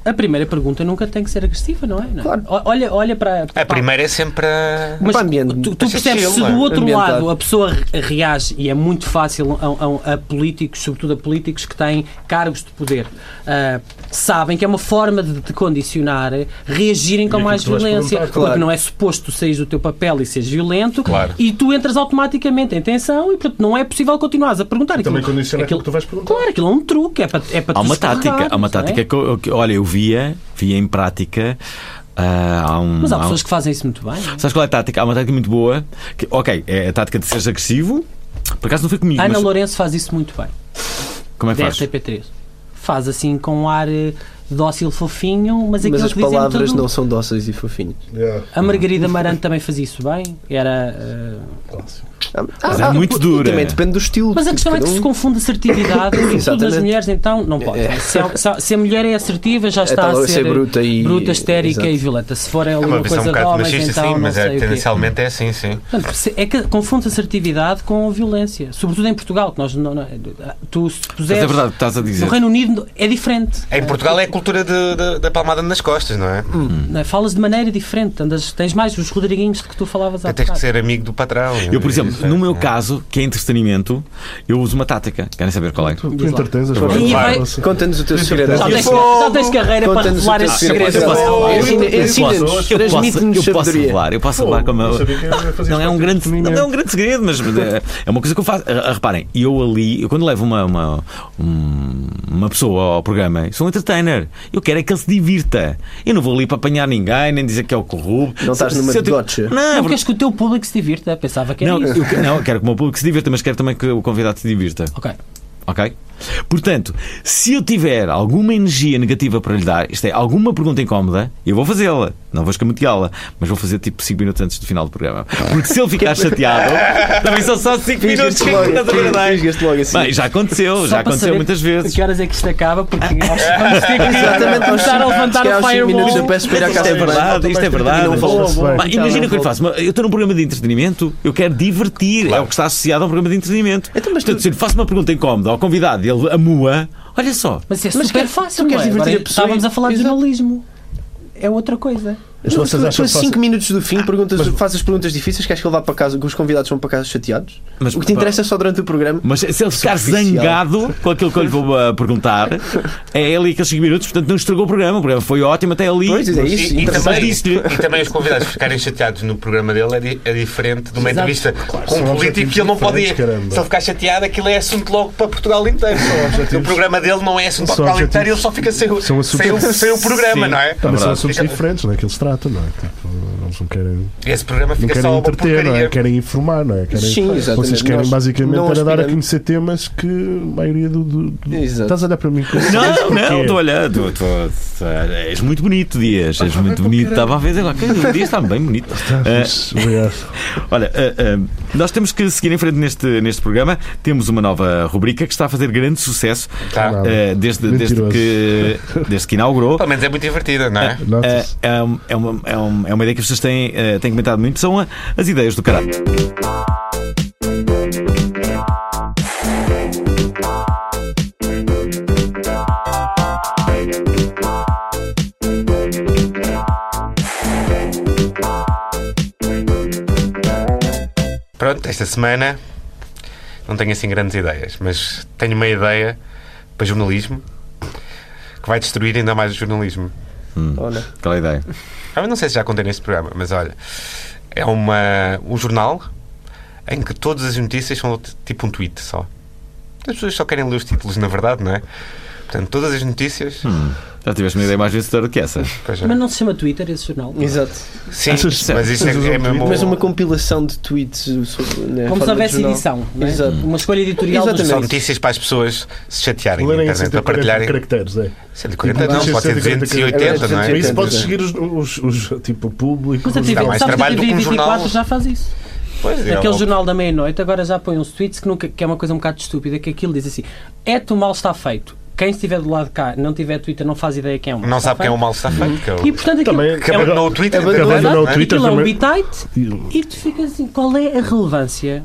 E: a primeira pergunta nunca tem que ser agressiva, não é? Não.
F: Claro.
E: O- Olha, olha para.
B: A primeira é sempre a.
E: Mas
F: Para ambiente-
E: tu, tu
B: para
E: percebes
B: ser
E: se
B: chill,
E: do outro
F: ambientado.
E: lado a pessoa re- reage e é muito fácil a, a- a políticos, sobretudo a políticos que têm cargos de poder, ah, sabem que é uma forma de, de condicionar reagirem
C: E
E: com
C: aquilo
E: mais
C: que tu vais
E: violência.
C: perguntar,
E: Porque
F: claro.
E: não é suposto tu saís do teu papel e seres violento
B: Claro.
E: e tu entras automaticamente em tensão e portanto não é possível continuares a perguntar aquilo.
C: Também condiciona aquilo que tu vais perguntar.
E: Claro, aquilo é um truque, é para, é para
A: Há
E: tu
A: uma tática,
E: escorregares,
A: há uma
E: não é?
A: tática que, eu- que- olha, eu via, via em prática. ah, há um,
E: Mas há
A: há um-
E: pessoas que fazem isso muito bem.
A: Sabes qual é a tática? Há uma tática muito boa. Que, ok, é a tática de seres agressivo. Por acaso não foi comigo,
E: Ana
A: mas
E: Lourenço faz isso muito bem.
A: como é que
E: da
A: faz?
E: RTP3. Faz assim com um ar eh, dócil, fofinho, mas aquilo
F: Mas as
E: que dizem
F: palavras
E: tudo...
F: não são dóceis e fofinhas.
C: Yeah.
E: A Margarida Marante também fazia isso bem. Era, eh,
F: Ah,
A: Mas é muito
F: e
A: dura.
F: Também depende do estilo.
E: Mas a
F: de
E: questão é que
F: cada
E: se
F: um.
E: confunde
F: <laughs>
E: assertividade, sobretudo nas
F: Exatamente.
E: mulheres, então não pode.
F: É.
E: Se, a- se a- se a mulher é assertiva, já está
F: tal,
E: a
F: vai
E: ser,
F: ser bruta e-
E: bruta, histérica
F: Exato.
E: e violenta. Se for
B: É
E: alguma
B: uma visão um
E: coisa de
B: bocado
E: homens,
B: machista,
E: então
B: sim,
E: não
B: mas
E: sei
B: é,
E: o quê.
B: tendencialmente é assim, sim.
E: Portanto, se- é que confunde assertividade com violência. Sobretudo em Portugal, que nós não... não- tu se
A: Mas
E: puseres...
A: é verdade, o que estás a dizer.
E: No Reino Unido é diferente.
B: Em Portugal é a cultura de- de- da palmada nas costas, não é?
C: Hum.
E: Não é? Falas de maneira diferente, andas, tens mais os Rodriguinhos de que tu falavas há
B: Tens que
E: bocado.
B: ser amigo do patrão.
A: Eu, por exemplo,
B: Isso é-
A: no meu caso, que é entretenimento, eu uso uma tática. Querem saber qual é?
C: Tu, tu
E: Diz lá.
C: entretens as
E: E
C: pessoas.
E: vai-
F: Conta-nos o teu segredo.
E: Já
B: Eu
E: tens,
B: sou-
E: já tens carreira para
F: Conta-nos o
E: revelar
F: teu
E: esses
F: segredo.
E: segredos.
A: Eu posso-
E: Rafael.
A: eu
F: Ensina-
A: Eu
F: Ensina-nos.
A: posso- eu
F: Transmite-nos
A: posso
F: sabedoria.
A: revelar, eu posso revelar como
C: Eu sabia que eu fazia
A: Não é um
C: parte
A: grande,
C: disso.
A: não é um grande segredo, mas é- é uma coisa que eu faço. Ah, Reparem, eu ali, eu quando levo uma, uma, um- uma pessoa ao programa, eu sou um entertainer. Eu quero é que ele se divirta. Eu não vou ali para apanhar ninguém, nem dizer que é o corrupto.
F: Não estás
A: Se-
F: numa
A: se eu
F: de
A: tiver-
F: gotcha.
A: Não,
E: Não queres que é o teu público se divirta? Pensava que era
A: não,
E: isso.
A: eu, que- não, eu quero que o meu público se divirta, mas quero também que o convidado se divirta.
E: Ok.
A: Ok? Portanto, se eu tiver alguma energia negativa para lhe dar, isto é, alguma pergunta incómoda, eu vou fazê-la. Não vou escamoteá-la, mas vou fazer tipo 5 minutos antes do final do programa. Porque se ele ficar chateado, também são só 5 minutos
F: Fisgas-te
A: que
F: logo,
A: estás a guardar.
F: fisgas-te logo assim.
A: Bem, já aconteceu,
E: Só
A: já
E: para
A: aconteceu
E: saber
A: muitas vezes.
E: Que horas é que isto acaba? Porque
F: <laughs>
E: nós vamos ter que
F: Exatamente,
E: começar a levantar o
F: minutos
E: firewall.
F: eu peço para ir à
A: Isto
F: casa
A: é
F: de banho.
A: verdade, isto é verdade.
F: Não
C: fala-se
A: Bem,
C: bem.
A: imagina o
E: Então,
A: que eu lhe faço. Eu estou num programa de entretenimento, eu quero divertir. É o que está associado a um programa de entretenimento.
F: Então, mas tu-
A: Portanto, se eu lhe faço uma pergunta incómoda ao convidado e ele amua, olha só.
E: Mas isso é
F: Mas
E: super
F: queres-
E: fácil,
F: tu
E: não
F: queres
E: é?
F: divertir
E: Agora
F: a pessoa
E: Estávamos
F: e-
E: a falar de
F: Exato.
E: jornalismo. É outra coisa.
C: Mas
F: Não,
C: vocês
F: tu-
C: acham
F: tu, cinco
C: fácil?
F: minutos do
A: Ah,
F: fim, perguntas, fazes perguntas difíceis que acho que ele vai para casa, que os convidados vão para casa chateados.
A: Mas- Hum.
F: o que te interessa é só durante o programa.
A: Mas se ele ficar
F: Superficial.
A: zangado com aquilo que eu lhe vou uh, perguntar, é ele e aqueles 5 minutos, portanto não estragou o programa. O programa foi ótimo até ali.
F: Pois, é isso.
B: E, e
F: interessante.
B: também,
A: Disse-lhe.
B: e também os convidados ficarem chateados no programa dele é, di- é diferente de uma
E: Exato.
B: entrevista com
C: são
B: um político
C: objetivos
B: que ele não pode ir.
C: diferentes, caramba.
B: Se ele ficar chateado, aquilo é assunto logo para Portugal inteiro. O programa dele não é assunto para
C: São
B: Portugal inteiro e ele
C: objetivos-
B: só fica sem, o-
C: são
B: sem, o,
C: assuntos- Tá
B: sem o programa,
A: Sim.
B: não é?
C: Também são
A: verdade.
C: assuntos
B: Fica-
C: diferentes, não é? Que eles tratam, não é? Tipo, não Eles não querem,
B: Esse programa
C: não
B: fica
C: querem
B: só uma
C: entreter, não é?
B: porcaria.
C: Querem informar, não é? Querem,
F: Sim, exatamente.
C: Vocês querem
F: Nós
C: basicamente
F: não
C: era dar a
F: aspiramos-
C: conhecer temas que a maioria do. do- do-
F: Exato.
C: Estás a olhar para mim com
A: Não,
C: Porquê?
A: não, estou a olhar. tu- tu- És muito bonito, Dias. És muito bonito. Estava a ver agora. que O Dias está bem bonito. Ah,
C: Mas, obrigado.
A: Olha, ah, ah, nós temos que seguir em frente neste, neste programa. Temos uma nova rubrica que está a fazer grande sucesso
B: Tá.
C: Não.
A: ah, desde, desde,
C: Mentiroso.
A: que, <laughs> desde que inaugurou.
B: Pelo menos é muito divertida, não é?
A: Ah,
C: Notas?
A: é, um- é uma, é, um- é uma ideia que as pessoas têm, eh, têm comentado muito, são a- as ideias do caralho.
B: Pronto, esta semana não tenho assim grandes ideias, mas tenho uma ideia para jornalismo que vai destruir ainda mais o jornalismo.
F: Olha.
A: Qual é a ideia?
B: Ah, Eu não sei se já contei neste programa, mas olha, é uma, um jornal em que todas as notícias são t- tipo um tweet só. As pessoas só querem ler os títulos, na verdade, não é? Portanto, todas as notícias.
A: Já tiveste uma ideia mais vencedora do que essa?
B: Pois é.
E: Mas não se chama Twitter esse jornal.
F: Tá. Exato.
B: Sim,
C: Achas-
B: mas isso é,
C: achas
B: é
C: um
B: mesmo.
C: tweet?
F: Mas uma compilação de tweets. sobre- né,
E: Como
F: forma
E: se
F: de
E: houvesse
F: jornal.
E: edição. não é?
A: Hum.
F: Exato.
E: Uma escolha editorial dos
B: São
F: Exatamente.
E: sites.
B: notícias para as pessoas se chatearem na
C: Lerem em
B: internet, para
C: 140
B: partilharem.
C: caracteres, é.
B: 140 não,
C: Sim,
B: pode ser
C: 140
B: 280, não
C: Por
B: é?
F: caracteres.
C: isso podes
F: é.
C: seguir os, os, os, tipo público.
E: Mas a
C: os-
E: TV,
B: Dá mais
E: sabes que a
B: trabalho do que
E: TV
B: um
E: 24
B: jornal.
E: já faz isso.
B: Pois é,
E: Aquele
B: ou-
E: jornal da meia-noite agora já põe uns tweets que, nunca, que é uma coisa um bocado estúpida, que aquilo diz assim: é tu mal está feito. Quem estiver do lado de cá não tiver Twitter não faz ideia quem é o mal.
B: não
E: está
B: sabe quem é o
E: feito.
B: mal que está feito. que é o-
E: E portanto aquilo um
C: Também-
B: Que abandonou o Twitter.
F: Abandonou-
B: entendeu?
C: abandonou o
B: Não é?
C: Twitter
E: é Aquilo é um
C: também.
E: bitite e tu ficas assim, qual é a relevância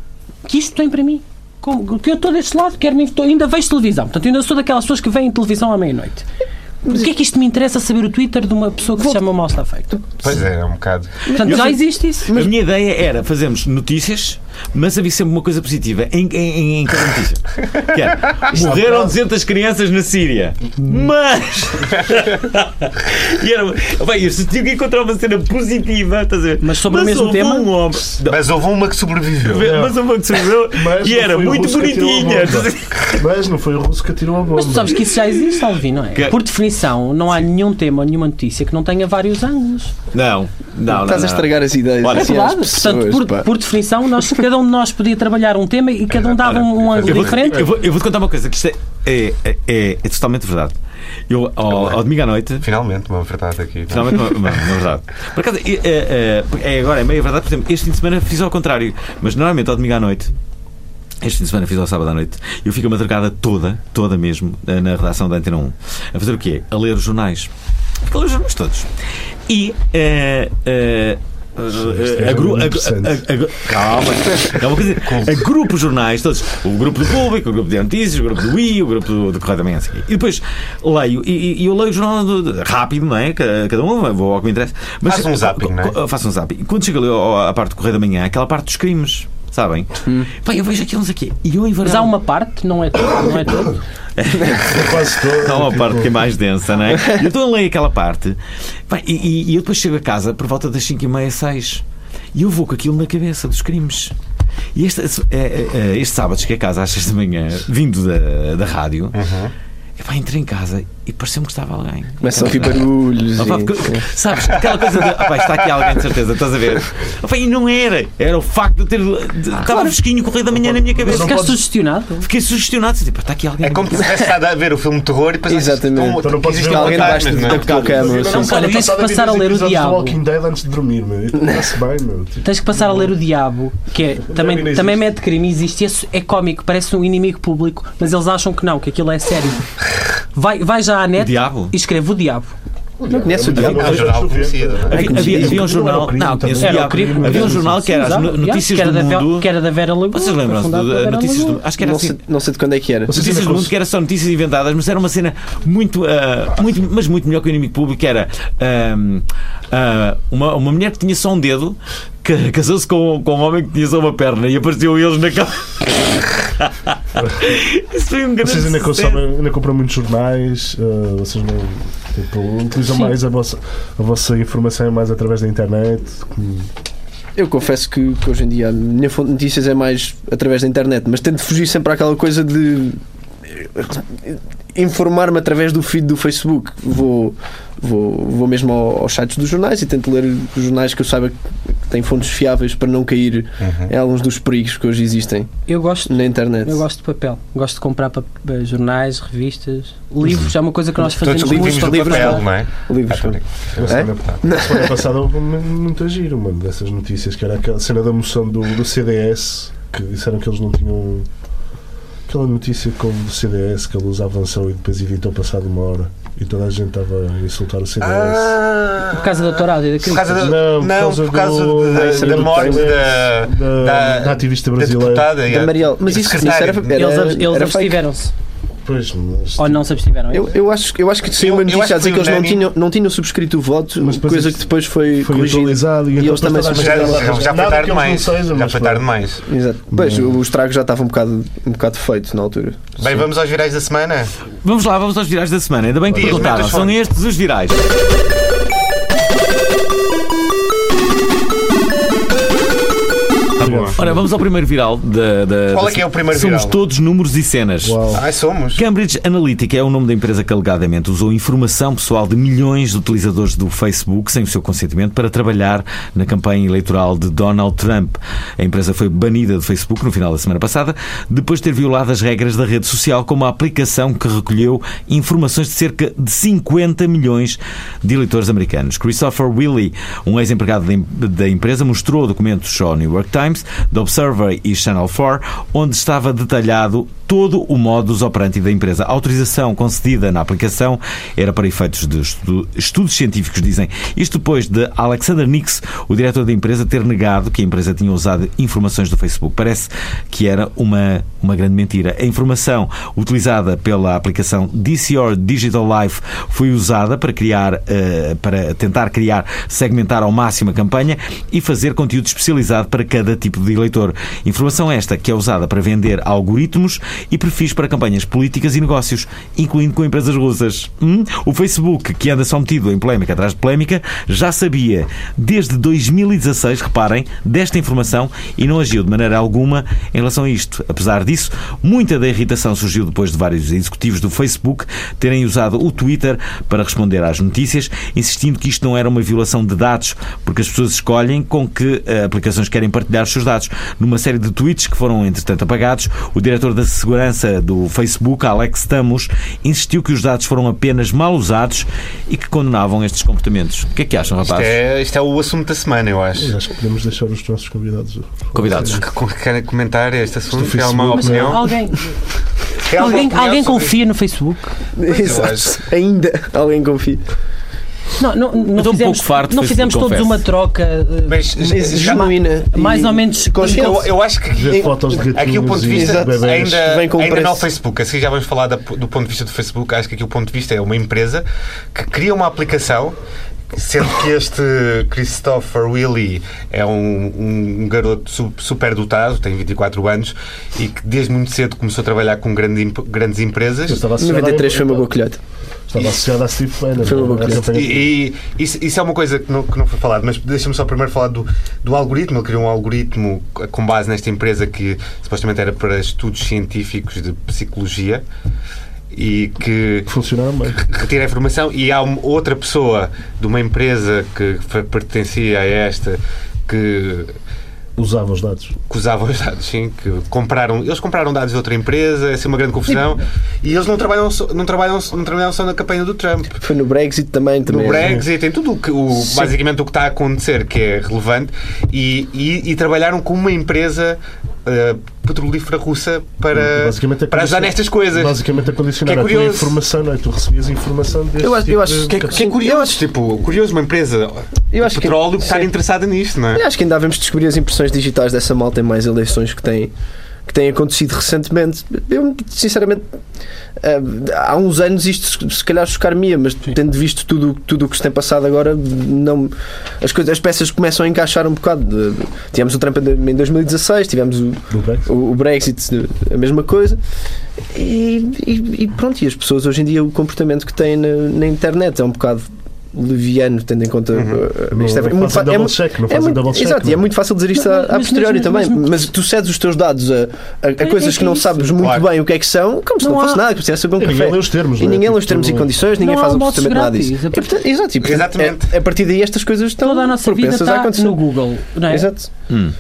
E: que isto tem para mim? Como, que eu estou deste lado, quero nem, estou- ainda vejo televisão. Portanto, ainda sou daquelas pessoas que veem televisão à meia-noite. O que é que isto me interessa saber o Twitter de uma pessoa que se chama Mal está feito?
B: Pois é, é um bocado.
E: Portanto, já existe isso.
A: A minha ideia era fazermos notícias, mas havia sempre uma coisa positiva em, em, em- em cada notícia. Que era, morreram 200 crianças na Síria,
E: <laughs>
A: mas. e era. Bem, eu tinha que encontrar uma cena positiva, estás a ver?
E: Mas sobre o mesmo
A: houve
E: tema?
A: Um homem,
B: Mas houve uma que sobreviveu.
A: mas houve um que sobreviveu
C: Mas
A: e
C: não
A: era
E: um
C: foi o
A: muito
C: russo que atirou a
A: bonitinha.
C: bomba.
A: estás a ver?
C: Mas não foi o russo que atirou a bomba.
E: Mas tu sabes que isso já existe, Alvin, não é?
A: Que-
E: Por definição, não há nenhum tema, nenhuma notícia que não tenha vários ângulos.
A: Não, não, não.
F: Estás a
A: não.
F: estragar as ideias.
A: Olha,
F: assim, às pessoas,
E: é Portanto, por,
F: pá.
E: por definição, nós, cada um de nós podia trabalhar um tema e cada um dava um, um ângulo
A: Eu vou-
E: diferente.
A: Eu vou, eu vou te contar uma coisa, que isto é, é, é- é totalmente verdade. Eu,
E: Então
A: ao, ao domingo à noite.
B: Finalmente, uma verdade aqui. não é?
A: Finalmente, uma, uma- uma verdade. Por acaso, é, é, é, é agora, é meia verdade, por exemplo, este fim de semana fiz ao contrário, mas normalmente ao domingo à noite. Este fim de semana fiz ao sábado à noite. Eu fico a madrugada toda, toda mesmo, eh, na redação da Antena 1. A fazer o quê? A ler os jornais. Fico a ler os jornais todos. E. eh, eh,
C: isto
A: eh,
C: é
A: a gru- a-
C: interessante.
A: a- a- a- Calma, é uma coisa. A grupo de jornais, todos. O grupo do público, o grupo de notícias, o grupo do I, o grupo do, do Correio da Manhã. assim. E depois leio, e, e eu leio o jornal do- do- rápido, não é? Ca- Cada um, vou ao que me interessa. Mas,
B: Faz um zapping, não é?
A: co- Faço um zapping. E quando chego ali ao- ao- à parte do Correio da Manhã, aquela parte dos crimes, sabem? Bem, eu vejo aquilo, não sei o quê. E eu
E: Mas há
A: invariavelmente.
E: uma parte, não é tudo, não é tudo.
C: quase todo.
A: Há uma
C: tipo,
A: parte que é mais densa, não
B: <laughs>
A: é? Eu estou a ler aquela parte Pá, e, e- e eu depois chego a casa por volta das 5 e meia, 6 e eu vou com aquilo na cabeça dos crimes. E este, é, é, é, este sábado cheguei a casa às 6 da manhã, vindo da, da rádio, epá, entrei em casa e pareceu-me que estava alguém.
F: Começa a ouvir barulhos.
A: Ah, pá,
F: e-
A: porque- sabes, aquela coisa de ah, pá, está aqui alguém de certeza, estás a ver? Ah, pá, e não era, era o facto de eu ter. de-
B: Ah,
A: Estava fresquinho o correio da manhã na minha
E: Mas
A: cabeça.
E: ficaste
C: podes-
E: sugestionado.
A: Fiquei sugestionado, tipo, está aqui alguém.
B: É como se tivesse estado a ver o filme de terror e depois um tipo
F: Exatamente.
B: Estão-
C: Então não podes
B: existem
C: ver
F: Alguém
B: fantasmas,
F: debaixo de
B: não é?
F: da cama.
C: eu
F: assim.
C: não
E: Olha,
C: sei,
E: tens que
C: passava
E: passar a
C: dois
E: ler o
C: episódios
E: diabo.
C: do Walking Dead antes de dormir, meu. Está-se bem, meu. Tipo,
E: Tens que passar a ler o Diabo, que é,
C: Não, não
E: também, também
C: existe.
E: mete crime, existe, esse é cómico, parece um inimigo público, mas eles acham que não, que aquilo é sério. Vai, vai já à net
A: Diabo?
E: e escreve o Diabo.
F: Não conhece o diabo?
B: É um jornal
C: né?
B: conhecido, não é?
A: Havia,
F: como se
A: havia- havia
F: diz,
A: um
C: aquilo era
A: jornal.
C: o crime
A: Não,
C: também.
A: esse
E: Era o
A: diabo-
E: crime,
A: havia um
E: mas-
A: jornal que era as
E: Sim,
A: no-
E: exato,
A: notícias
E: que
A: do
E: era da Ve-
A: mundo.
E: Que era da Vera Lagoa.
A: Vocês lembram-se
E: fundado pela
A: de
E: Vera
A: notícias
E: Lagoa.
A: do Acho que era
F: Não
A: assim.
F: sei, não sei de quando é que era.
C: Vocês
A: Notícias
C: ainda
A: do mundo
C: cons-
A: que era só notícias inventadas, mas era uma cena muito, ah, muito mas muito melhor que o inimigo público, que era ahm, ah, uma, uma mulher que tinha só um dedo, que <laughs> casou-se com, com um homem que tinha só uma perna e apareceu eles na cama. <laughs> Isso foi um grande
C: Vocês ainda
A: sucesso.
C: consomem, ainda compram muitos jornais, eh, vocês não tipo, utilizam mais a vossa, a vossa informação é mais através da internet.
F: Eu confesso que, que hoje em dia a minha fonte de notícias é mais através da internet, mas tento fugir sempre àquela coisa de. informar-me através do feed do Facebook. Vou, vou, vou mesmo ao- aos sites dos jornais e tento ler os jornais que eu saiba que têm fontes fiáveis para não cair
B: Uhum.
F: em alguns dos perigos que hoje existem
E: Eu gosto,
F: na internet.
E: eu gosto de papel. Gosto de comprar pa- pa- jornais, revistas, livros. É uma coisa que nós
B: Todos
E: fazemos
B: livros
E: muito.
B: do
F: livros
B: papel,
F: lá.
B: não é?
F: Livros.
B: Ah,
C: A semana, a semana passada houve uma- muito giro, uma dessas notícias, que era aquela cena da moção do, do CDS, que disseram que eles não tinham. Aquela notícia que houve do CDS, que a luz avançou e depois evitou passado uma hora. E toda a gente estava a insultar o CDS.
B: Ah,
E: Por causa da Torádio e da
B: Por causa
E: Cristina.
B: da-
C: Não, por
B: não,
C: causa
B: por causa
C: do-
B: de-
C: da cena
B: da
C: do
B: morte
C: Temer,
B: da-
C: da,
B: da-
C: da ativista
B: da
C: brasileira.
B: deputada. e
F: Da
B: a-
F: Marielle. Mas
B: e a
F: isso, isso
B: secretária.
F: era, era,
E: Eles, ab- eles
F: era fake.
E: abstiveram-se.
C: Pois, mas,
E: Ou não se abstiveram.
F: Eu, eu, acho, eu acho que saiu uma
B: Eu- eu
F: notícia a
B: acho
F: dizer
B: que um
F: que eles não
B: unânime.
F: tinham, não tinham subscrito o voto,
C: Mas depois
F: coisa
C: isso
F: que depois foi,
C: tipo, foi
F: corrigida.
C: atualizado e,
F: E
C: então
F: eles também
C: depois toda a
B: Já, já,
C: gente estava-
B: já foi tarde
C: Nada que eles não
B: demais.
C: sejam,
B: Já
C: mas
B: foi
C: pronto.
B: tarde demais.
F: Exato. Pois, o estrago já estava um bocado, um bocado feito na altura.
B: Bem, vamos aos virais da semana.
A: Vamos lá, vamos aos virais da semana. Ainda bem que
B: Dias,
A: perguntaram.
B: metas
A: São
B: fora.
A: estes os virais. Ora, vamos ao primeiro viral da. da-
B: Qual é
A: da-
B: que é o primeiro
A: Somos
B: viral?
A: todos números e cenas.
C: Uau.
B: Ai, somos.
A: Cambridge Analytica é o nome da empresa que alegadamente usou informação pessoal de milhões de utilizadores do Facebook sem o seu consentimento para trabalhar na campanha eleitoral de Donald Trump. A empresa foi banida do Facebook no final da semana passada, depois de ter violado as regras da rede social com uma aplicação que recolheu informações de cerca de 50 milhões de eleitores americanos. Christopher Willey, um ex-empregado da em- da empresa, mostrou documentos ao New York Times, The Observer e Channel 4, onde estava detalhado todo o modus operandi da empresa. A autorização concedida na aplicação era para efeitos de estu- estudos científicos, dizem. Isto depois de Alexander Nix, o diretor da empresa, ter negado que a empresa tinha usado informações do Facebook. Parece que era uma, uma grande mentira. A informação utilizada pela aplicação DCR Digital Life foi usada para criar, eh, para tentar criar, segmentar ao máximo a campanha e fazer conteúdo especializado para cada tipo de eleitor. Informação esta que é usada para vender algoritmos e perfis para campanhas políticas e negócios, incluindo com empresas russas. Hum? O Facebook, que anda só metido em polémica atrás de polémica, já sabia desde 2016, reparem, desta informação e não agiu de maneira alguma em relação a isto. Apesar disso, muita da irritação surgiu depois de vários executivos do Facebook terem usado o Twitter para responder às notícias, insistindo que isto não era uma violação de dados, porque as pessoas escolhem com que eh, aplicações querem partilhar os seus dados. Numa série de tweets que foram, entretanto, apagados, o diretor da segurança do Facebook, Alex Tamos, insistiu que os dados foram apenas mal usados e que condenavam estes comportamentos. O que é que acham,
B: Isto
A: rapazes?
B: é, isto é o assunto da semana, eu
C: Mas
B: acho.
C: Acho que podemos deixar os nossos convidados.
A: Convidados.
B: Que co- Querem comentar este assunto?
C: Isto do
B: É uma
C: Facebook,
E: Mas
B: opinião?
E: alguém,
B: É uma
E: alguém,
B: opinião
E: alguém
B: sobre
E: confia no Facebook?
B: acho.
F: Exato. Ainda alguém confia.
E: Não, não, não
A: Estou um
E: fizemos,
A: pouco farto de
E: não
A: Facebook,
E: fizemos todos
A: confesso.
E: uma troca. eh,
B: Mas, já-
F: Genuína.
E: mais
F: e
E: ou menos
F: consciente.
B: eu, eu acho que
C: Ver fotos de gatinhos
B: aqui o ponto de vista
C: e bebês.
B: ainda,
F: Vem com
B: ainda
F: preço.
B: não o Facebook. Assim já vamos falar da- do ponto de vista do Facebook. Acho que aqui o ponto de vista é uma empresa que cria uma aplicação. Sendo que este Christopher Willy é um, um garoto su- superdotado, tem 24 anos e que desde muito cedo começou a trabalhar com grande imp- grandes
C: Eu
B: empresas.
C: estava associado,
F: 93
C: à-
F: foi uma boa colhota.
C: estava associado à Steve Bannon.
F: Foi uma boa
C: à
F: colheita.
C: campanha.
B: E, e isso, isso é uma coisa que não, que não foi falado, mas deixa-me só primeiro falar do, do algoritmo. Ele criou um algoritmo com base nesta empresa que supostamente era para estudos científicos de psicologia e que
C: Que funcionaram bem.
B: retira a informação e há uma outra pessoa de uma empresa que fa- pertencia a esta que
C: Usava os dados.
B: que usavam os dados, sim, que compraram, eles compraram dados de outra empresa, essa é uma grande confusão, e eles não trabalham, só- não trabalham, não trabalham só na campanha do Trump.
F: Foi no Brexit também. também é assim
B: No Brexit, em tudo o que, o, basicamente o que está a acontecer que é relevante e, e- e trabalharam com uma empresa eh, petrolífera russa
F: Hum,
B: para,
C: Basicamente é
B: para ajudar
C: condicionar-
B: nestas coisas.
C: Basicamente a condicionar
B: Que é
C: a tua
B: curioso.
C: informação, não é? Tu recebias informação deste
F: Eu acho-
C: tipo
F: eu acho
C: de-
B: Que é, que é curioso, tipo, curioso uma empresa
F: Eu
B: de
F: acho que-
B: petróleo que, estar
F: sim.
B: interessada nisto, não é?
F: Eu acho que ainda vamos descobrir as impressões digitais dessa malta em mais eleições que têm, que têm acontecido recentemente. Eu, sinceramente, eh, há uns anos isto se- se calhar chocar-me, mas tendo visto tudo tudo o que se tem passado agora, não, as, coisas, as peças começam a encaixar um bocado. De- de- Tivemos o Trump em 2016, tivemos o,
C: do Brexit.
F: o, o Brexit, a mesma coisa. E, e- e pronto, e as pessoas hoje em dia, o comportamento que têm na, na internet é um bocado leviano, tendo em conta. uh, isto
C: Uhum. Não fazem
F: fa-
C: double
F: mu-
C: check, não fazem
F: muito-
C: double check,
F: Exato,
C: não é?
F: e é muito fácil dizer isto
E: Mas-
F: a-
E: mas-
F: a posteriori
E: mas-
F: também.
E: mas-
F: Mas, tu cedes os teus dados a, a- a
E: É-
F: coisas
E: é
F: que não
E: isso.
F: sabes muito
B: Claro.
F: bem o que é que são, como se não
E: Não
F: fosse
E: há-
F: nada, que pudesse saber um
C: E ninguém
F: café.
C: lê os termos,
F: E
C: não é?
F: ninguém lê os
C: Tipo,
F: termos e condições, ninguém
E: Não
F: faz
E: há almoços
F: absolutamente nada
E: grátis.
F: disso.
E: A
F: E, portanto, exato, e, portanto,
B: Exatamente.
F: é- A partir daí estas coisas estão
E: Toda a nossa vida
F: propensas a
E: está
F: acontecer.
E: no Google, não é?
F: Exato.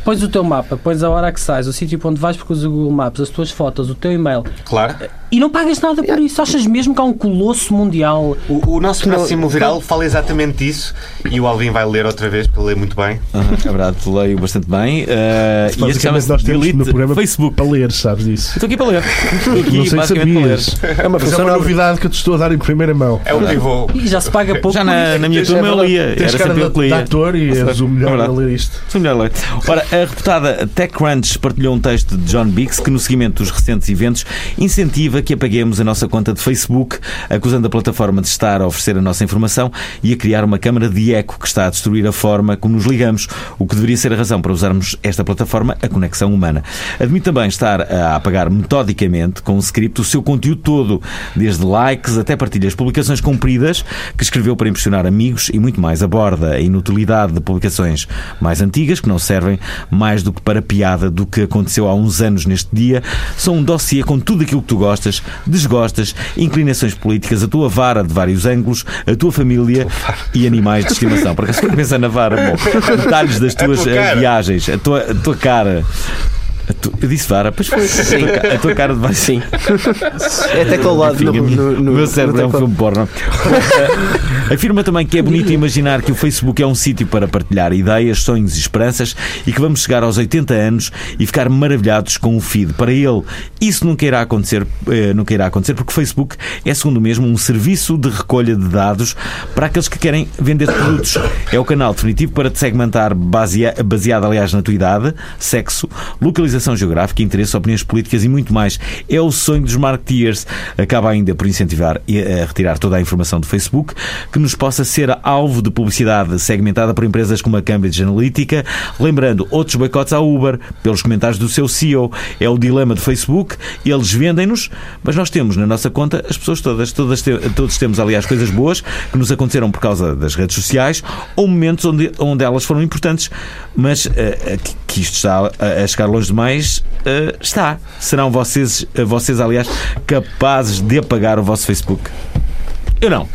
E: Pões o teu mapa, pões a hora que sais, o sítio para onde vais, porque usas o Google Maps, as tuas fotos, o teu e-mail
B: Claro.
E: e não pagas nada por isso. Achas mesmo que há um colosso mundial?
B: O, o nosso
F: Não-
B: próximo viral fala exatamente isso e o Alvin vai ler outra vez, porque lê muito bem.
A: Aham, é verdade, leio bastante bem. Uh, e este
C: Basicamente,
A: chama-se
C: nós temos
A: Delete
C: no programa
A: Facebook.
C: para ler, sabes disso?
A: Estou aqui para ler. Estou aqui
C: não sei se
A: basicamente para ler.
C: sabias.
F: É uma
C: Mas é
F: função
C: uma
F: nova.
C: novidade que eu te estou a dar em primeira mão.
B: É o pivô.
E: E já se paga pouco
A: Já
E: por
A: na,
E: isso.
A: na minha
C: Tens-
A: turma eu
C: é
A: lia. Era
C: Tens cara
A: sempre eu que
C: de, de
A: lia.
C: ator e és o
A: É
C: melhor a
A: verdade.
C: ler isto.
A: Sou melhor ler. Ora, a reputada TechCrunch partilhou um texto de John Biggs que, no seguimento dos recentes eventos, incentiva que apaguemos a nossa conta de Facebook, acusando a plataforma de estar a oferecer a nossa informação e a criar uma câmara de eco que está a destruir a forma como nos ligamos, o que deveria ser a razão para usarmos esta plataforma, a conexão humana. Admite também estar a apagar metodicamente, com um script, o seu conteúdo todo, desde likes até partilhas, publicações compridas que escreveu para impressionar amigos e muito mais. Aborda a inutilidade de publicações mais antigas que não servem mais do que para piada do que aconteceu há uns anos neste dia. São um dossiê com tudo aquilo que tu gostas, desgostas, inclinações políticas, a tua vara de vários ângulos, a tua família e animais de estimação. Por acaso, quando pensa na vara, bom, detalhes das tuas
B: tua
A: eh,
B: cara.
A: viagens, a tua, a tua cara. A tu- eu disse vara, pois foi. A tua, ca- a tua cara de vara.
F: Sim. É até que ao lado
A: Enfim,
F: no,
A: a minha-
F: no, no,
A: o meu cérebro
F: no
A: é um filme porno. Afirma também que é bonito imaginar que o Facebook é um sítio para partilhar ideias, sonhos e esperanças e que vamos chegar aos 80 anos e ficar maravilhados com o feed. Para ele, isso nunca irá acontecer, eh, nunca irá acontecer porque o Facebook é, segundo o mesmo, um serviço de recolha de dados para aqueles que querem vender produtos. É o canal definitivo para te segmentar basea- baseado, aliás, na tua idade, sexo, localização geográfica, interesse, opiniões políticas e muito mais. É o sonho dos marketeers. Acaba ainda por incentivar e a retirar toda a informação do Facebook que nos possa ser alvo de publicidade segmentada por empresas como a Cambridge Analytica, lembrando outros boicotes à Uber pelos comentários do seu CEO. É o dilema do Facebook, eles vendem-nos, mas nós temos na nossa conta as pessoas todas. Todas te- todos temos, aliás, coisas boas que nos aconteceram por causa das redes sociais ou momentos onde, onde elas foram importantes. Mas eh, eh, que- que isto está a, a chegar longe demais, eh, está. Serão vocês, eh, vocês, aliás, capazes de apagar o vosso Facebook? Eu não.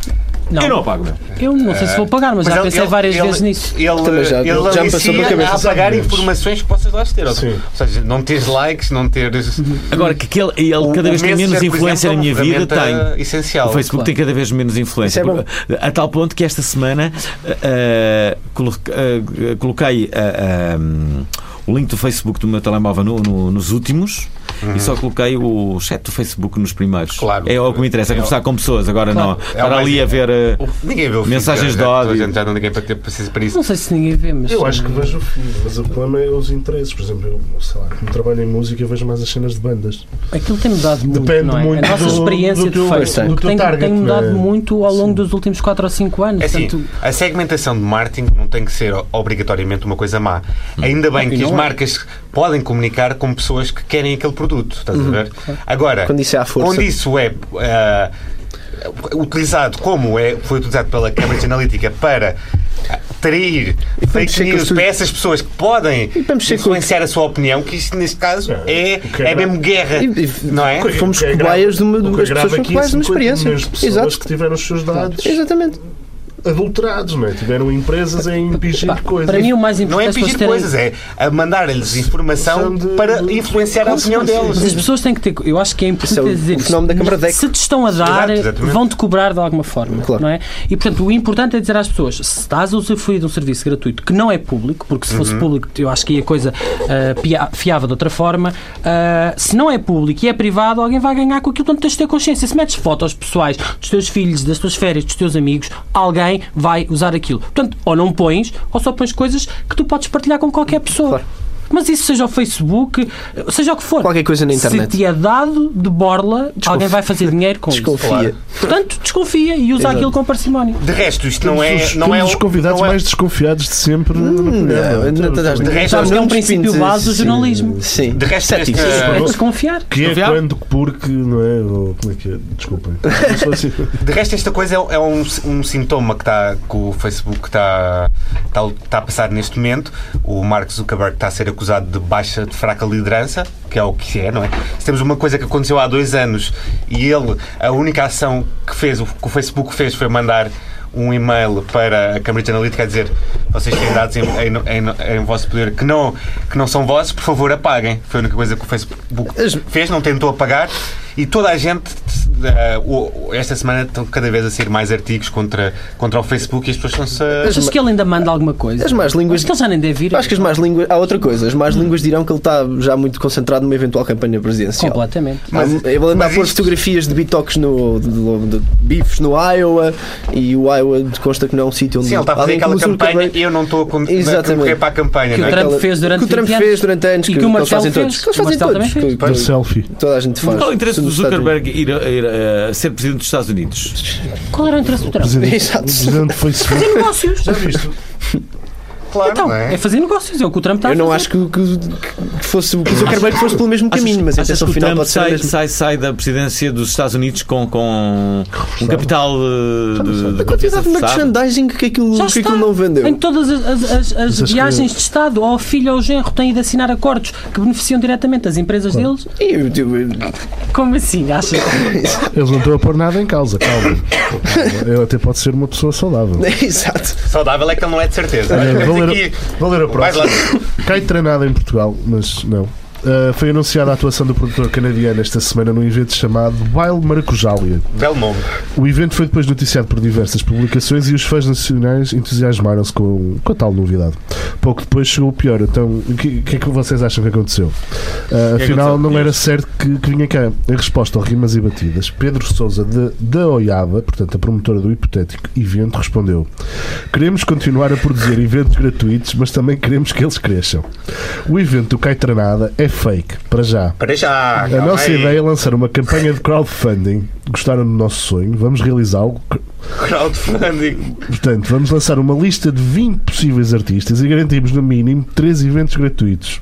A: Eu não apago, meu.
E: Eu não sei se vou pagar, mas, já
B: ele-
E: pensei
B: ele-
E: várias
B: ele-
E: vezes nisso.
B: Ele,
F: Também já-
B: ele
F: já me passou
B: alicia
F: pela cabeça,
B: a apagar
C: sabe?
B: informações que possas lá ter. Ou
C: Sim.
B: seja, não teres likes, não teres.
A: Agora, que aquele, ele
B: O-
A: cada
B: o
A: vez tem
B: Messenger,
A: menos
B: por
A: influência
B: exemplo,
A: na minha
B: é uma
A: vida,
B: ferramenta
A: tem.
B: Essencial.
A: O Facebook tem cada vez menos influência.
F: Isso é bom.
A: Porque, a tal ponto que esta semana eh, colo- eh, coloquei eh, eh, o link do Facebook do meu telemóvel no- no- nos últimos e só coloquei o chat do Facebook nos primeiros.
B: Uhum. Claro.
A: É o que me interessa, é
B: É o-
A: conversar com pessoas. Agora não.
B: É o
A: Estar
B: mais
A: ali a ver. eh,
B: Ninguém vê o né?
A: Mensagens
B: feed,
A: de
B: já-
A: ódio.
B: Já, já não ninguém para ter preciso para isso.
E: Não sei se ninguém vê, mas.
C: Eu acho que vejo o filme, mas o problema é os interesses. Por exemplo, eu, sei lá, como trabalho em música, eu vejo mais as cenas de bandas.
E: Aquilo tem mudado muito.
C: Depende
E: não é?
C: muito
E: a nossa
C: do-
E: experiência
C: do teu-
E: de
C: do
E: Facebook
C: teu
E: tem,
C: target,
E: tem mudado
C: não é?
E: muito ao longo dos últimos 4 ou 5 anos.
B: É assim,
E: portanto,
B: a segmentação de marketing não tem que ser o- obrigatoriamente uma coisa má. Ainda bem
E: E
B: que
E: não
B: as
E: é.
B: marcas podem comunicar com pessoas que querem aquele produto, estás a ver? Agora,
F: Quando isso é à força.
B: onde isso é ah, utilizado como é, foi utilizado pela Cambridge Analytica para atrair
F: vamos
B: fake
F: ser que
B: news
F: as tu-
B: para essas pessoas que podem
F: vamos ser que-
B: influenciar a sua opinião, que isto neste caso é,
C: o que é
B: é mesmo guerra,
F: E- e-
B: não é?
C: O <laughs> que
F: Fomos
C: é grave-
F: cobaias de uma-
C: o que é
F: as pessoas
C: grave
F: são
C: aqui
F: cobaias de uma
C: 50
F: experiência.
C: milhões de pessoas
F: Exato.
C: que tiveram os seus dados
F: Exatamente.
C: adulterados, não é? tiveram empresas em impingir
E: pá,
C: de coisas.
E: para mim o mais
B: Não é
E: importante é as pessoas
B: pedir
E: terem.
B: coisas, é a mandar-lhes informação
C: de-
B: para
C: de-
B: influenciar a opinião
C: consequências.
B: deles.
E: Mas as pessoas têm que ter. Eu acho que é importante
F: Isso é o-
E: dizer
F: o fenómeno da Câmara Deco.
E: Se te estão a dar,
B: Exato, exatamente.
E: vão-te cobrar de alguma forma.
F: Claro.
E: Não é? E portanto, o importante é dizer às pessoas: se estás a usufruir de um serviço gratuito que não é público, porque se
F: Uhum.
E: fosse público, eu acho que aí a coisa ah, pia- fiava de outra forma. ah, se não é público e é privado, alguém vai ganhar com aquilo que tens de ter consciência. Se metes fotos pessoais dos teus filhos, das tuas férias, dos teus amigos, alguém vai usar aquilo. Portanto, ou não pões, ou só pões coisas que tu podes partilhar com qualquer pessoa. Mas isso seja o Facebook, seja o que for.
F: Qualquer coisa na internet.
E: Se te é dado de borla, alguém vai fazer dinheiro com
F: Desconfia.
E: isso. Portanto, desconfia e usa
F: Exato.
E: aquilo com parcimónia.
B: De resto, isto não é.
C: Os,
B: Não
C: temos
B: é
C: os convidados
B: não é-
C: mais desconfiados de sempre. no- no
F: Hum, é, Não,
C: programa.
F: não, não, estás-
C: Então,
B: resto,
F: estás
B: é
E: um
F: num
E: princípio
F: despinte-
E: base do jornalismo.
F: Sim.
B: De resto,
F: Cético.
B: esta-
E: É desconfiar.
C: Que é
A: Desconfiar?
C: quando, porque, não é? Ou como é que é?
F: <laughs>
C: Desculpem. Eu sou assim.
B: De resto, esta coisa é, é um, um sintoma que, está, que o Facebook está, está, está a passar neste momento. O Mark Zuckerberg está a ser acusado de baixa, de fraca liderança, que é o que é, não é? Se temos uma coisa que aconteceu há dois anos e ele, a única ação que fez, o que o Facebook fez foi mandar um e-mail para a Cambridge Analytica a dizer vocês têm dados em, em- em- em vosso poder que não, que não são vossos, por favor apaguem. Foi a única coisa que o Facebook
F: As-
B: fez, não tentou apagar e toda a gente eh, o- o- esta semana estão cada vez a sair mais artigos contra, contra o Facebook e as pessoas estão-se
E: Achas que ele ainda manda alguma coisa?
F: As más línguas-
E: Acho que ele já nem deve vir.
F: Acho que as más línguas. Há outra coisa. As más línguas dirão que ele está já muito concentrado numa eventual campanha presidencial. um,
E: Completamente.
F: Mas, ele anda a
B: mas
F: pôr
B: isto-
F: fotografias de bitoques no. de, de- de bifes no Iowa e o Iowa consta que não é um sítio onde.
B: Sim, ele está a fazer
F: alguém
B: aquela
F: como o
B: campanha
F: Zuckerberg-
B: e eu não estou a con- a
F: Exatamente.
B: concorrer para a campanha,
E: Que
B: não
E: o
B: é?
E: Trump
F: Aquela-
E: fez durante
F: que o Trump
E: 20 anos.
F: fez durante anos,
E: E
F: que,
E: que o
F: eles
E: Marcelo
F: fazem
E: fez.
F: todos. Que eles
E: O
F: fazem
E: Marcelo
F: todos.
E: também
F: que-
C: Do
F: que-
C: selfie.
F: Toda a gente faz.
A: Qual é o interesse do
F: Somos Estados
A: Zuckerberg ir, a- ir a ser presidente dos Estados Unidos?
E: Qual era o interesse do Trump?
C: Presidente,
F: Exato.
C: presidente do Facebook.
E: Fazer negócios.
B: Claro,
E: Então,
B: não é?
E: é fazer negócios, é o que o Trump está a
F: Eu
E: fazer.
F: não acho que, que, que fosse o que o Zuckerberg fosse pelo mesmo caminho, mas a
A: achas
F: intenção
A: que o
F: final
A: Trump
F: pode ser a
A: sai,
F: mesma.
A: sai, sai da presidência dos Estados Unidos com, com um capital eh, de, de
F: A quantidade de
A: reforçado?
F: merchandising que aquilo,
E: Já
F: que
E: está.
F: aquilo não vendeu.
E: Em todas as, as- as- as
C: Mas acho
E: viagens de Estado, ou ao filho ou ao genro, têm de assinar acordos que beneficiam diretamente as empresas deles.
F: E <laughs> eu- tipo, <laughs> é, eu- eu-
E: Como assim? Achas?
C: Eles não estão a pôr nada em causa, calma. Ele até pode ser uma pessoa saudável.
F: Exato.
B: Saudável é que ele não é de certeza.
C: Olha,
B: Mas
C: vou, ler,
B: aqui-
C: vou ler a
B: Vais lá.
C: próxima. <coughs> Cai treinada em Portugal, mas não. Ah, foi anunciada a atuação do produtor canadiano esta semana num evento chamado Wild Maracujália.
B: Belo nome.
C: O evento foi depois noticiado por diversas publicações e os fãs nacionais entusiasmaram-se com, com a tal novidade. Pouco depois chegou o pior, então o que, o que é que vocês acham que aconteceu? Ah,
A: é que
C: afinal,
A: aconteceu?
C: não era certo que, que vinha cá. Em resposta ao Rimas e Batidas, Pedro Souza de- da Oiava, portanto a promotora do hipotético evento, respondeu: Queremos continuar a produzir eventos gratuitos, mas também queremos que eles cresçam. O evento do Caetranada é fake, para já.
B: Para já.
C: A
B: calma
C: nossa
B: aí.
C: ideia é lançar uma campanha de crowdfunding. Gostaram do nosso sonho? Vamos realizá-lo.
B: Crowdfunding.
C: Portanto, vamos lançar uma lista de 20 possíveis artistas e garantimos no mínimo 3 eventos gratuitos.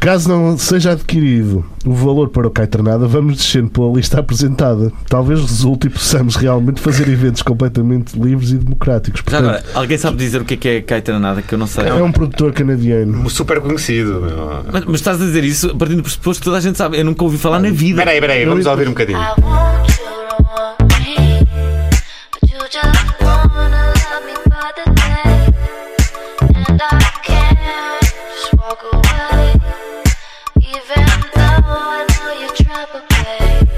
C: Caso não seja adquirido o valor para o Caeternada, vamos descendo pela lista apresentada. Talvez resulte e possamos realmente fazer eventos completamente livres e democráticos.
A: Já
C: Portanto,
A: agora, alguém sabe dizer o que é que é Caetranada que eu não sei?
C: é um produtor canadiano.
B: Super conhecido. meu.
A: Mas, mas estás a dizer isso partindo do pressuposto que toda a gente sabe. Eu nunca ouvi falar na vida.
B: Peraí, peraí, vamos ouvir um bocadinho.
G: I want you to want me, but you just wanna love me for the day, and I can't just walk away, even though I know you try to play.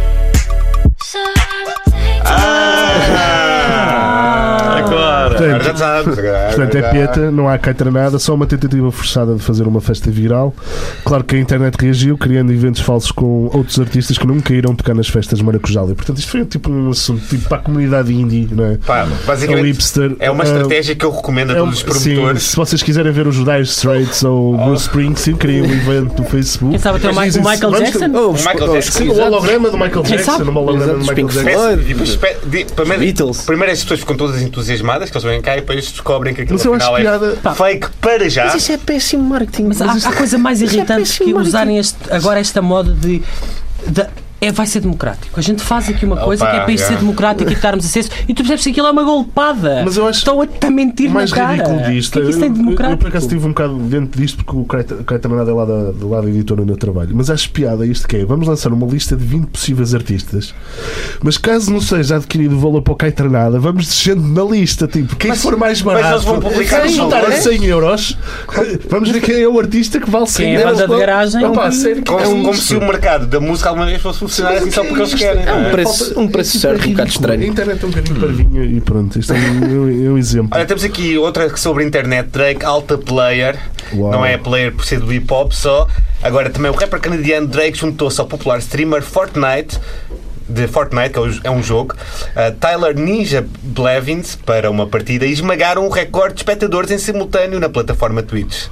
G: So I will take
B: Ah! Agora. Agora já sabes. agora-
C: Portanto, é
B: agora-
C: pieta, não há caetranada, só uma tentativa forçada de fazer uma festa viral. Claro que a internet reagiu, criando eventos falsos com outros artistas que nunca irão tocar nas festas maracujália. Portanto, isto foi tipo um assunto tipo para a comunidade indie, não é?
B: Pá,
C: É um
B: basicamente,
C: hipster.
B: é uma
C: Ah,
B: estratégia que eu recomendo a
C: É um-
B: todos os
C: sim,
B: promotores. Oh.
C: se vocês quiserem ver os Dire Straits ou o Bruce Springsteen, criem um evento no Facebook.
E: Quem sabe até o
C: Mas
E: Mi- o
C: dizem-se,
E: Michael
C: vamos-
E: Jackson?
F: Oh, os-
B: Michael
F: oh, os-
B: Jackson.
C: Sim, o holograma do Michael
E: Quem
C: Jackson.
E: sabe?
C: O holograma do
F: Exato,
C: Michael
F: Pink
C: Jackson.
B: Parece-
F: Floyd.
B: e depois espe- de- primeiro,
F: Beatles.
B: primeiro as pessoas ficam todas entusiasmadas que eles vêm cá e depois descobrem que aquilo
C: Mas eu acho
B: afinal é
C: piada-
E: Pá.
B: fake para já.
F: Mas isso é péssimo marketing.
E: Mas há,
F: isto-
E: há coisa mais
F: isso é
E: irritante
F: péssimo
E: que
F: marketing.
E: usarem este- agora esta moda de. de- é, vai ser democrático. A gente faz aqui uma coisa que é para isto
B: yeah.
E: ser democrático e darmos acesso. E tu percebes que aquilo é uma golpada.
C: Mas eu acho-
E: Estão a, a
C: O
E: mentir
C: mais
E: na cara.
C: ridículo disto.
E: O que é que isso
C: eu,
E: tem de
C: eu, por acaso
E: democrático?
C: estive um bocado dentro disto porque o Caeta- Caeta Manada é lá da, de lá da editora onde eu trabalho. Mas acho piada isto que é. Vamos lançar uma lista de 20 possíveis artistas. Mas caso não seja adquirido valor para o Caetranada, vamos descendo na lista. Tipo, quem for mais barato.
B: eles vão publicar
C: se eles
B: os
C: juntar a
B: valores?
C: 100 euros, vamos ver quem é o artista que vale 100
E: Quem é a
C: euros.
E: banda de
C: Opa,
E: garagem?
C: opa, sério, que
B: Como,
C: é um
B: como se o mercado da música alguma vez fosse funcionar assim só porque eles querem.
F: É
B: não
F: um
B: é?
F: preço, um preço certo, um bocado
C: A
F: estranho.
C: internet é um bocadinho parvinha e pronto. Isto é um, é um- é um exemplo.
B: Olha, temos aqui outra sobre a internet, Drake, alta player.
C: Uau.
B: Não é player por ser do hip hop só. Agora também o rapper canadiano Drake juntou-se ao popular streamer Fortnite. De Fortnite, que é um- é um jogo, uh, Tyler Ninja Blevins para uma partida e esmagaram um recorde de espectadores em simultâneo na plataforma Twitch.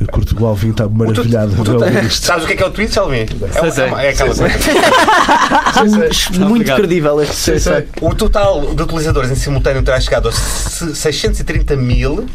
C: Eu curto o Alvin está
B: O tu-
C: maravilhado
B: o
C: de
B: tu-
C: ouvir isto.
B: Sabes o que é que é o Twitch, Alvin? É,
A: Sei, sei.
B: é, é aquela coisa.
F: Muito
A: obrigado.
F: credível este
C: Sei, sei.
B: O total de utilizadores em simultâneo terá chegado aos se- 630 mil,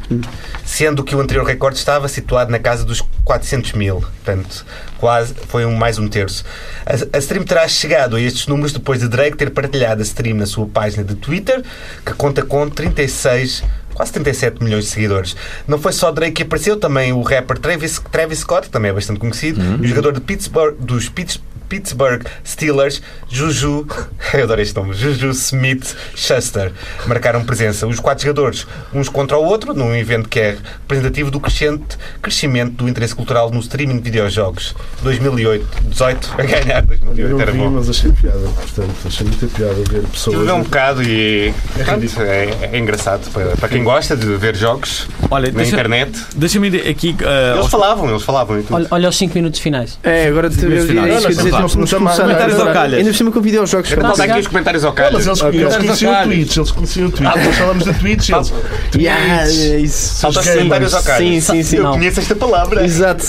B: sendo que o anterior recorde estava situado na casa dos 400 mil. Portanto, quase foi um, mais um terço. A, a stream terá chegado a estes números depois de Drake ter partilhado a stream na sua página de Twitter, que conta com 36. Quase 37 milhões de seguidores. Não foi só Drake que apareceu, também o rapper Travis, Travis Scott, que também é bastante conhecido, e o jogador de Pittsburgh, dos Pittsburgh. Pittsburgh Steelers, Juju, <laughs> eu adoro este nome, Juju Smith Schuster, marcaram presença. Os quatro jogadores, uns contra o outro, num evento que é representativo do crescente crescimento do interesse cultural no streaming de videojogos. 2008, 18, a ganhar 2008
C: Eu
B: era
C: vi,
B: bom.
C: mas achei piada, portanto, achei muita piada ver pessoas.
B: Tive um bocado e é, é engraçado para, para quem gosta de ver jogos
A: Olha,
B: na
A: deixa-
B: internet.
A: Deixa-me ir aqui. ah,
B: Eles
A: aos
B: falavam, eles falavam. e tudo.
E: Olha, olha os 5 minutos finais.
F: É, agora te, eu, eu,
A: Meus
F: eu,
A: finais.
F: isso que eu
A: Não, não,
F: ia dizer, nós podemos
C: não,
F: começar
C: não,
F: a-
A: comentários ao calhas.
F: Ainda por cima com videojogos.
B: Então,
F: caralho.
B: dá aqui os comentários ao calho.
C: Mas eles,
F: Ok.
C: eles
F: Comentários
C: conheciam o
E: locais.
C: Twitch, eles conheciam o
B: Ah,
C: Twitch. Nós falamos da Twitch, eles.
F: Yeah, é isso.
B: Salta
C: Os gamers.
B: comentários ao calho.
F: Sim, sim, sim.
B: Eu
E: não.
B: conheço esta palavra.
F: Exato.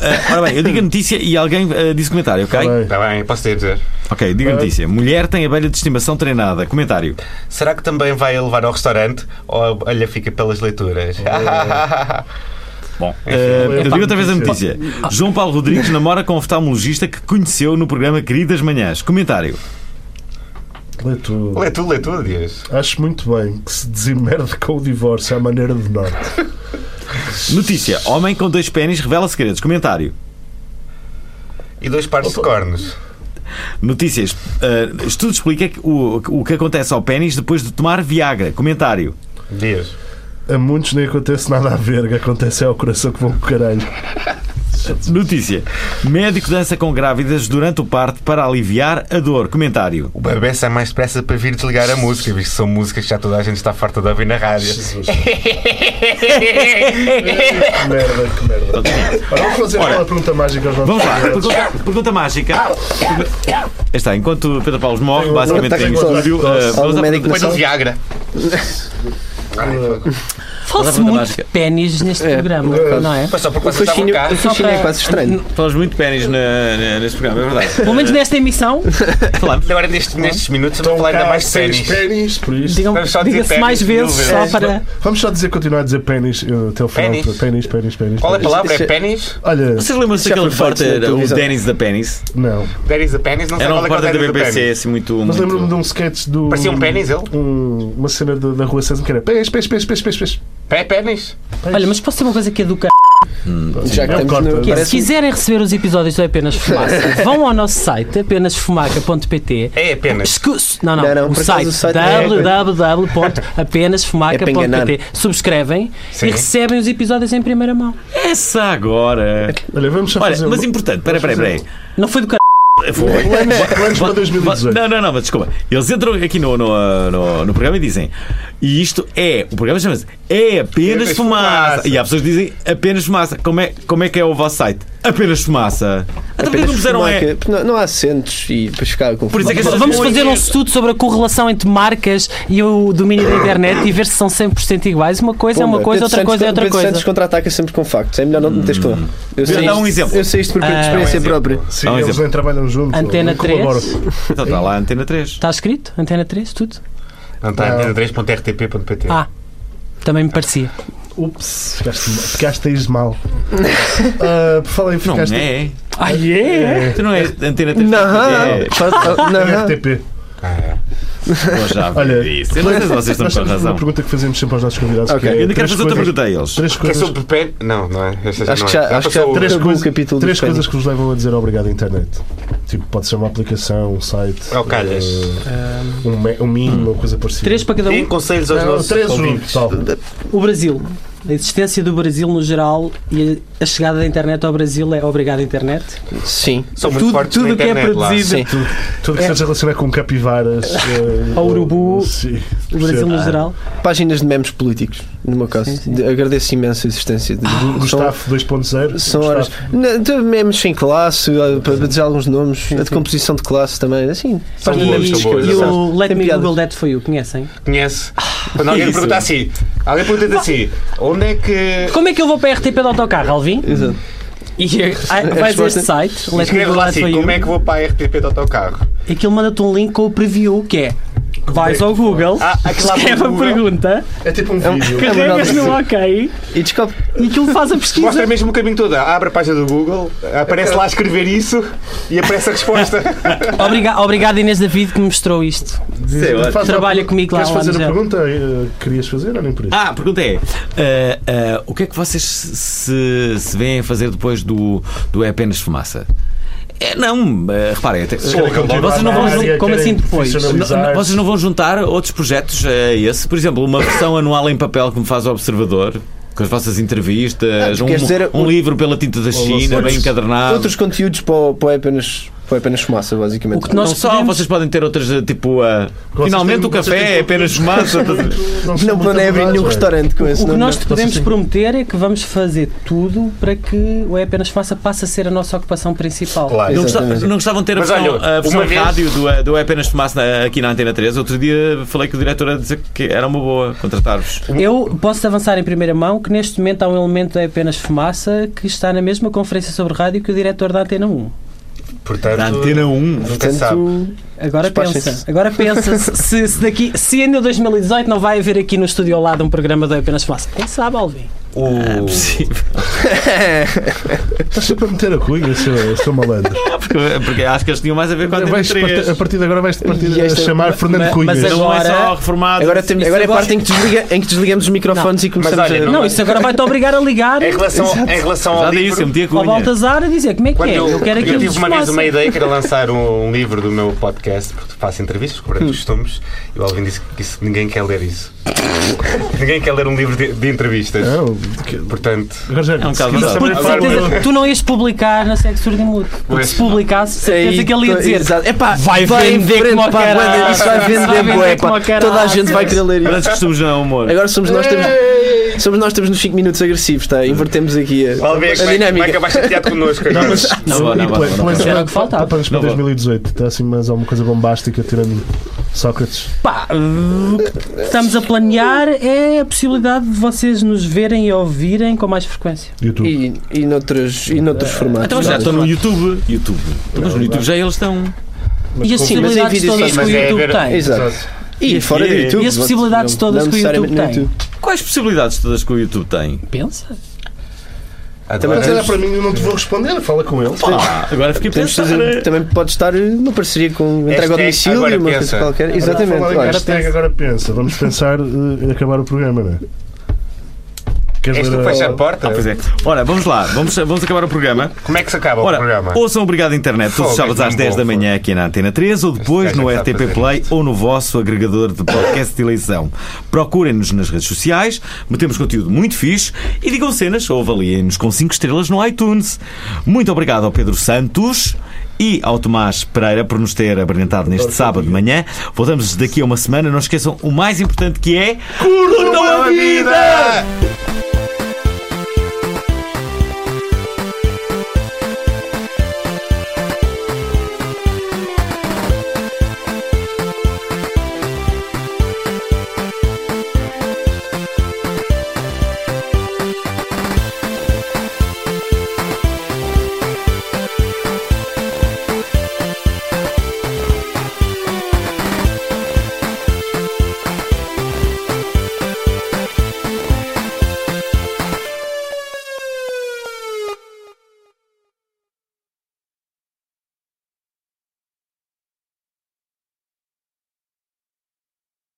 A: Ah, ora bem, eu digo a notícia e alguém ah, diz comentário,
F: Tá
A: ok?
C: Bem,
B: Está Tá bem, posso ter a dizer.
A: Ok, diga a notícia. Mulher tem abelha de estimação treinada. Comentário.
B: Será que também vai a levar ao restaurante ou a olha fica pelas leituras?
F: Oh.
A: Bom, eh, eu digo outra vez a
C: notícia.
A: notícia. João Paulo Rodrigues namora com um oftalmologista que conheceu no programa Queridas Manhãs. Comentário.
C: lê
B: <laughs>
C: tudo.
B: lê tudo, lê tudo, Dias.
C: Acho muito bem que se desimerde com o divórcio à maneira do Norte.
A: Notícia. Homem com dois pênis revela segredos. Comentário.
B: E dois pares de cornos.
A: Notícias. Eh, estudo explica que o, o que acontece ao pênis depois de tomar Viagra. Comentário.
B: Dias.
C: A muitos nem acontece nada a verga, acontece é ao coração que vão com o caralho.
A: Notícia. Médico dança com grávidas durante o parto para aliviar a dor. Comentário.
B: O bebê sai mais depressa para vir desligar a música, visto que são músicas que já toda a gente está farta de ouvir na rádio.
C: Que merda, que merda. Ora, vamos fazer aquela pergunta mágica aos nossos
A: Vamos lá.
C: convidados.
A: Pergunta, pergunta mágica. Aí Está. Enquanto Pedro Paulo morre, basicamente
F: ataque
A: tem um
F: de tosse.
A: estúdio. eh,
F: Algum
A: vamos à
F: médico
A: pergunta-
B: Depois do Viagra.
A: Mas é
B: é
E: Fala-se
A: muito
E: muito
A: básica.
E: de pênis neste programa, não é?
B: Mas só porque
F: O
B: vocês estavam
F: fascínio,
B: cá.
F: o fascínio é quase estranho.
A: Falas muito de pênis na- na- neste programa, é verdade.
F: <laughs>
E: Pelo menos nesta emissão,
A: Falamos.
B: Então, Agora neste-
F: Então,
B: nestes minutos eu vou
C: Estão
B: falar ainda
C: cá
B: mais de
C: seis
B: ténis.
C: pénis, por isso.
E: digam-
B: Vamos só dizer
E: diga-se
B: pénis
E: mais vezes,
B: mil
E: só
B: vezes.
E: para.
C: Vamos só dizer, continuar a dizer pénis eh, até o final.
B: Pénis?
C: Pénis, pénis, pénis.
B: Qual é a
C: pénis.
B: palavra? É
F: Isso é-
B: pênis?
C: Olha,
A: Vocês lembram-se
F: Já
A: daquele
F: foi forte
A: repórter,
F: na
A: o
F: televisão.
A: Dennis da Penis?
C: não.
B: There is a pênis? Não sei
A: Era um
B: qual é que é
A: repórter da
B: o ténis do
A: BBC,
B: pênis.
A: assim, muito.
C: Mas
A: muito-
C: lembro-me de um sketch do.
B: Parecia um pênis, ele?
C: um- uma cena da, da rua Sésamo que era pés, pés, pés, pés, pés, pés.
B: Pé pênis?
E: Olha, mas posso ser uma coisa que é do c...
F: Já que
C: Não
F: estamos
C: corta.
F: no.
C: Que
E: Que é, se
F: parece-
E: quiserem receber os episódios do É Apenas
F: <laughs>
E: Fumaca, vão ao nosso site É apenasfumaca.pt.
B: É apenas.
E: Escu- Não, não,
F: Não, não,
E: o
F: por
E: site,
F: acaso o site é-
E: www.apenasfumaca.pt
F: <laughs> É para enganar.
E: Subscrevem
B: Sim.
E: e recebem os episódios em primeira mão.
A: Essa agora!
C: Olha, vamos só fazer.
A: Olha, mas
C: um-
A: importante, peraí, peraí, peraí.
E: Não foi do c...
C: planos para 2018.
A: Não, não, não, mas desculpa. Eles entram aqui no, no, no, no programa e dizem. E isto é. O programa chama-se É apenas
B: Apenas
A: fumaça.
B: fumaça.
A: E há pessoas que dizem apenas fumaça. Como é, como é que é o vosso site? Apenas fumaça. Até porque não puseram é.
F: Porque não, não há acentos e depois ficava com
A: Por isso é que as pessoas
E: Vamos
A: ficam
E: fazer um
A: aí-
E: estudo sobre a correlação entre marcas e o domínio da internet e ver se são 100% iguais. Uma coisa é uma coisa, outra coisa é outra
F: Pedro Santos
E: coisa.
F: contra-ataca sempre com factos. É melhor não te meteres com ele. Eu sei
A: dá
F: isto-
A: um exemplo.
F: Eu sei isto
E: Ah, é.
F: por experiência própria.
C: Sim,
A: Dá um
C: eles
A: exemplo.
C: nem trabalham juntos.
E: Antena
C: não colaboram.
E: 3.
A: Então está lá a antena 3.
E: Está escrito? Antena 3, tudo?
B: Não tá,
F: Ah.
B: é está, antena3.rtp.pt.
E: Ah, também me parecia.
C: Ups, ficaste, ficaste aí de
F: <laughs>
C: mal. Ah, por falar em
A: Não
C: ficaste.
A: é.
E: Ah, é?
A: Tu não és antena É, 3.
F: Não, faz-
C: É
F: não.
C: RTP.
A: Eu já vi
C: Olha,
A: isso. Eu não sei se vocês estão
C: Nós
A: com
C: temos
A: razão.
C: uma pergunta que fazemos sempre aos nossos convidados.
F: Ok.
C: que é
A: Eu ainda quero
C: três
A: fazer outra
C: coisas-
A: pergunta a eles.
C: Três
B: Que é
C: coisas,
B: sobre pé? Não, não é. Esta
F: Acho
B: não
F: que já-
B: é.
F: acho que já-
B: passou-
C: três
F: Acabou
C: coisas-
F: o capítulo
C: três
F: dos
C: coisas
F: pênis.
C: que vos levam a dizer obrigado à internet. Tipo, pode ser uma aplicação, um site,
B: É o calhas.
C: eh, um, me- um mimo, uma coisa parecida.
E: Três para cada um.
B: Deem conselhos aos
C: Não,
B: nossos
C: três
F: um,
B: ouvintes.
C: juntos. tal.
E: O Brasil. A existência do Brasil no geral e a chegada da internet ao Brasil é obrigado à internet.
F: Sim.
B: São muito
E: Tudo-
B: fortes
E: tudo
B: na
E: que é
B: internet lá.
E: produzido.
F: Sim.
C: Tudo que seja relacionado com capivaras. eh,
E: Ao urubu,
C: sim, é.
E: O Brasil no
C: percebo.
E: geral.
F: Páginas de memes políticos, no meu caso.
E: Sim, sim.
F: De- Agradeço imenso a existência. De, são-
C: Gustavo 2.0.
F: São
C: Gustavo.
F: horas. Não, de memes sem classe, ah, para para dizer alguns nomes, a de composição de classe também, assim.
B: São
E: E,
F: Páginas de
B: boas,
F: memes
B: são
F: de
B: boas.
E: e
F: esquerda.
E: o Let
F: Tem
E: Me
F: piadas.
E: Google That For You, conhecem?
B: Ah. Conhece. Quando alguém
A: Isso.
B: pergunta assim, alguém pergunta assim, o Onde é que.
E: Como é que eu vou para a RTP do autocarro, Alvin?
F: Exato.
E: E ah, vais a
F: resposta-
E: este site, let me
B: Escreve
E: go
B: lá
E: out for
B: assim,
E: you,
B: como é que vou para a RTP do autocarro?
E: e aquilo manda-te um link com o preview, que é vais ao Google,
B: Ah, aquela
E: escreve a
B: procura.
E: pergunta,
C: É tipo um
F: É
B: <laughs>
F: um-
C: vídeo.
F: É uma
E: carregas
F: análise.
E: no OK
F: E descobre.
E: e aquilo faz a
B: Mostra
E: pesquisa.
B: mesmo o caminho todo. Abre a página do Google, aparece lá escrever isso e aparece a resposta.
E: Obriga obrigado Inês David que me mostrou isto.
C: Diz-
A: Sei,
C: faz lá-
E: Trabalha comigo lá,
C: Queres
E: lá
C: fazer
E: no
C: a
E: gel.
C: pergunta? eh, Querias fazer ou nem por isso?
A: Ah, a pergunta é: ah, ah, o que é que vocês se, se vêm a fazer depois do, do É Apenas Fumaça? É, não, ah, reparem, até-
B: Sim,
A: Oh,
B: continuar
A: vocês não
E: a
A: vão
E: análise.
A: juntar.
E: como assim depois?
A: Não, não, vocês não vão juntar outros projetos a esse? Por exemplo, uma versão anual em papel que me faz o observador, com as vossas entrevistas,
F: Ah,
A: um,
F: quer dizer,
A: um
F: o-
A: livro pela tinta da China,
F: outros-
A: bem encadernado.
F: Outros conteúdos para, o- para o apenas, para o apenas fumaça, basicamente.
E: O que
A: Não
E: nós
A: só,
E: podemos-
A: vocês podem ter outras, tipo, ah,
C: Vocês
A: finalmente
C: têm-
A: o café é
C: vocês têm
A: apenas fumaça.
F: Não planeia abrir nenhum restaurante com esse
E: é. O que
F: nome.
E: nós
F: não.
E: te podemos
C: têm-
E: prometer é que vamos fazer tudo para que o É Apenas Faça passe a ser a nossa ocupação principal.
B: Claro.
A: Não,
F: Exatamente.
A: gostavam, não gostavam de ter a
B: Mas
A: versão,
B: olha,
A: a versão
B: uma vez-
A: rádio do, eh, do É Apenas Fumaça na- aqui na Antena 3. Outro dia falei que o diretor a dizer que era uma boa contratar-vos.
E: Eu posso avançar em primeira mão que neste momento há um elemento da É Apenas Fumaça que está na mesma conferência sobre rádio que o diretor da Antena 1.
B: <laughs> Portanto,
A: Na Antena 1.
B: nunca sabe.
F: Portanto,
E: Agora
F: Despachem-se.
E: pensa, agora pensa se, se daqui, se ainda 2018 não vai haver aqui no estúdio ao lado um programa da É Apenas Fumaça. Quem sabe, Alvin?
A: Ah, é
B: O-
C: Estás sempre a meter a cunha, seu, seu malandro.
A: <laughs> Porque, porque acho que eles tinham mais a ver com a Antena
C: Vais,
A: 3.
C: a partir de agora vais-te partir
F: E
C: a
F: esta-
C: chamar Fernando
E: mas-
C: Cunha.
E: mas
A: Não é só
E: Agora-
A: reformados.
F: agora tem-
E: Isso
F: agora é a
E: agora-
F: parte em que, desliga- em que desligames os microfones e começamos
B: olha,
F: a.
E: Não, isso agora vai-te obrigar a ligar
B: Em relação, em relação
A: Já
B: ao
A: disse, eu
B: um livro,
A: meti a
E: ao
A: cunha.
E: Baltazar a dizer como é que
B: quando
E: é.
B: eu,
E: Eu quero
B: eu
E: aquilo que
B: tive uma vez
E: Fumaça.
B: uma ideia que era lançar um, um livro do meu podcast, porque faço entrevistas, cobrando costumes, e o Alvin disse que isso- ninguém quer ler isso. <laughs> ninguém quer ler um livro de, de entrevistas.
C: Não, que-
B: Portanto,
C: agora já-
A: É um
C: se
A: bocado
C: quiser-
A: verdade.
E: Porque de certeza tu não ias publicar na Sexo Surdo e Mudo. Porque
B: Pois.
E: se publicasse, certeza que ele ia dizer.
F: É pá,
E: Vai
F: em
E: vender
F: frente,
E: como
F: pá,
E: caralho.
F: vai- Isso vai
E: Vai
F: vender,
E: vender
F: bué,
E: como
F: pá.
E: caralho.
F: Toda a gente vai querer ler isso.
A: Grandes costumes não é humor.
F: Agora somos nós temos. Somos nós temos nos 5 minutos agressivos, tá? Invertemos aqui a,
B: o Alvin é
F: a
B: que vai, vai
F: dinâmica.
B: acabar chateado connosco agora.
A: Não vou, não
C: E
A: vou,
C: pla-
A: não vou.
C: planos
E: Era
C: para-
E: o que faltava.
C: Planos para
A: Não vou.
C: 2018. Está assim mais alguma coisa bombástica tirando Sócrates?
E: Pá, o que estamos a planear é a possibilidade de vocês nos verem e ouvirem com mais frequência.
C: YouTube.
F: E, e noutros, e noutros formatos.
A: Então já estão no YouTube. YouTube. Então, mas no YouTube já eles estão.
E: e assim, as
F: com- mas em
E: possibilidades
F: vídeo
E: todas
F: sim,
E: que o
B: mas é
E: YouTube
B: ver-
E: tem.
F: Exato. E fora do
A: e-
F: YouTube.
E: e as possibilidades
F: não-
E: todas
F: não
E: que o
F: necessariamente
E: YouTube
F: no
E: tem.
A: Quais possibilidades todas que o YouTube tem?
E: Pensa.
B: Agora-
F: Mas olha
C: para mim, eu não te vou responder. Fala com ele.
A: Ah, agora fiquei a
F: Temos de
A: pensar.
F: fazer, um- também pode estar eh, numa parceria com entrega ao
B: Hashtag
F: domicílio,
B: agora
F: uma coisa
B: pensa.
F: qualquer. Exatamente.
C: Agora,
F: olha.
C: hashtag agora pensa. Vamos pensar eh, em acabar o programa, não é? Queres
B: És tu
C: ler
B: que
C: a-
B: fecha a porta?
A: Ah, pois é. Ora, vamos lá. Vamos, vamos acabar o programa.
B: Como é que se acaba
A: Ora,
B: o programa?
A: ouçam Obrigado Internet todos os
B: Fogo,
A: sábados
B: é
A: às
B: tão
A: 10
B: bom,
A: da manhã aqui na Antena 3 ou depois
B: gajo
A: no
B: é que sabe
A: RTP
B: fazer
A: Play
B: isto.
A: ou no vosso agregador de podcast de eleição. Procurem-nos nas redes sociais, metemos conteúdo muito fixe e digam cenas ou avaliem-nos com 5 estrelas no iTunes. Muito obrigado ao Pedro Santos. E ao Tomás Pereira por nos ter abrilhantado neste sábado de manhã. Voltamos daqui a uma semana. Não esqueçam o mais importante que é. Curtam a vida!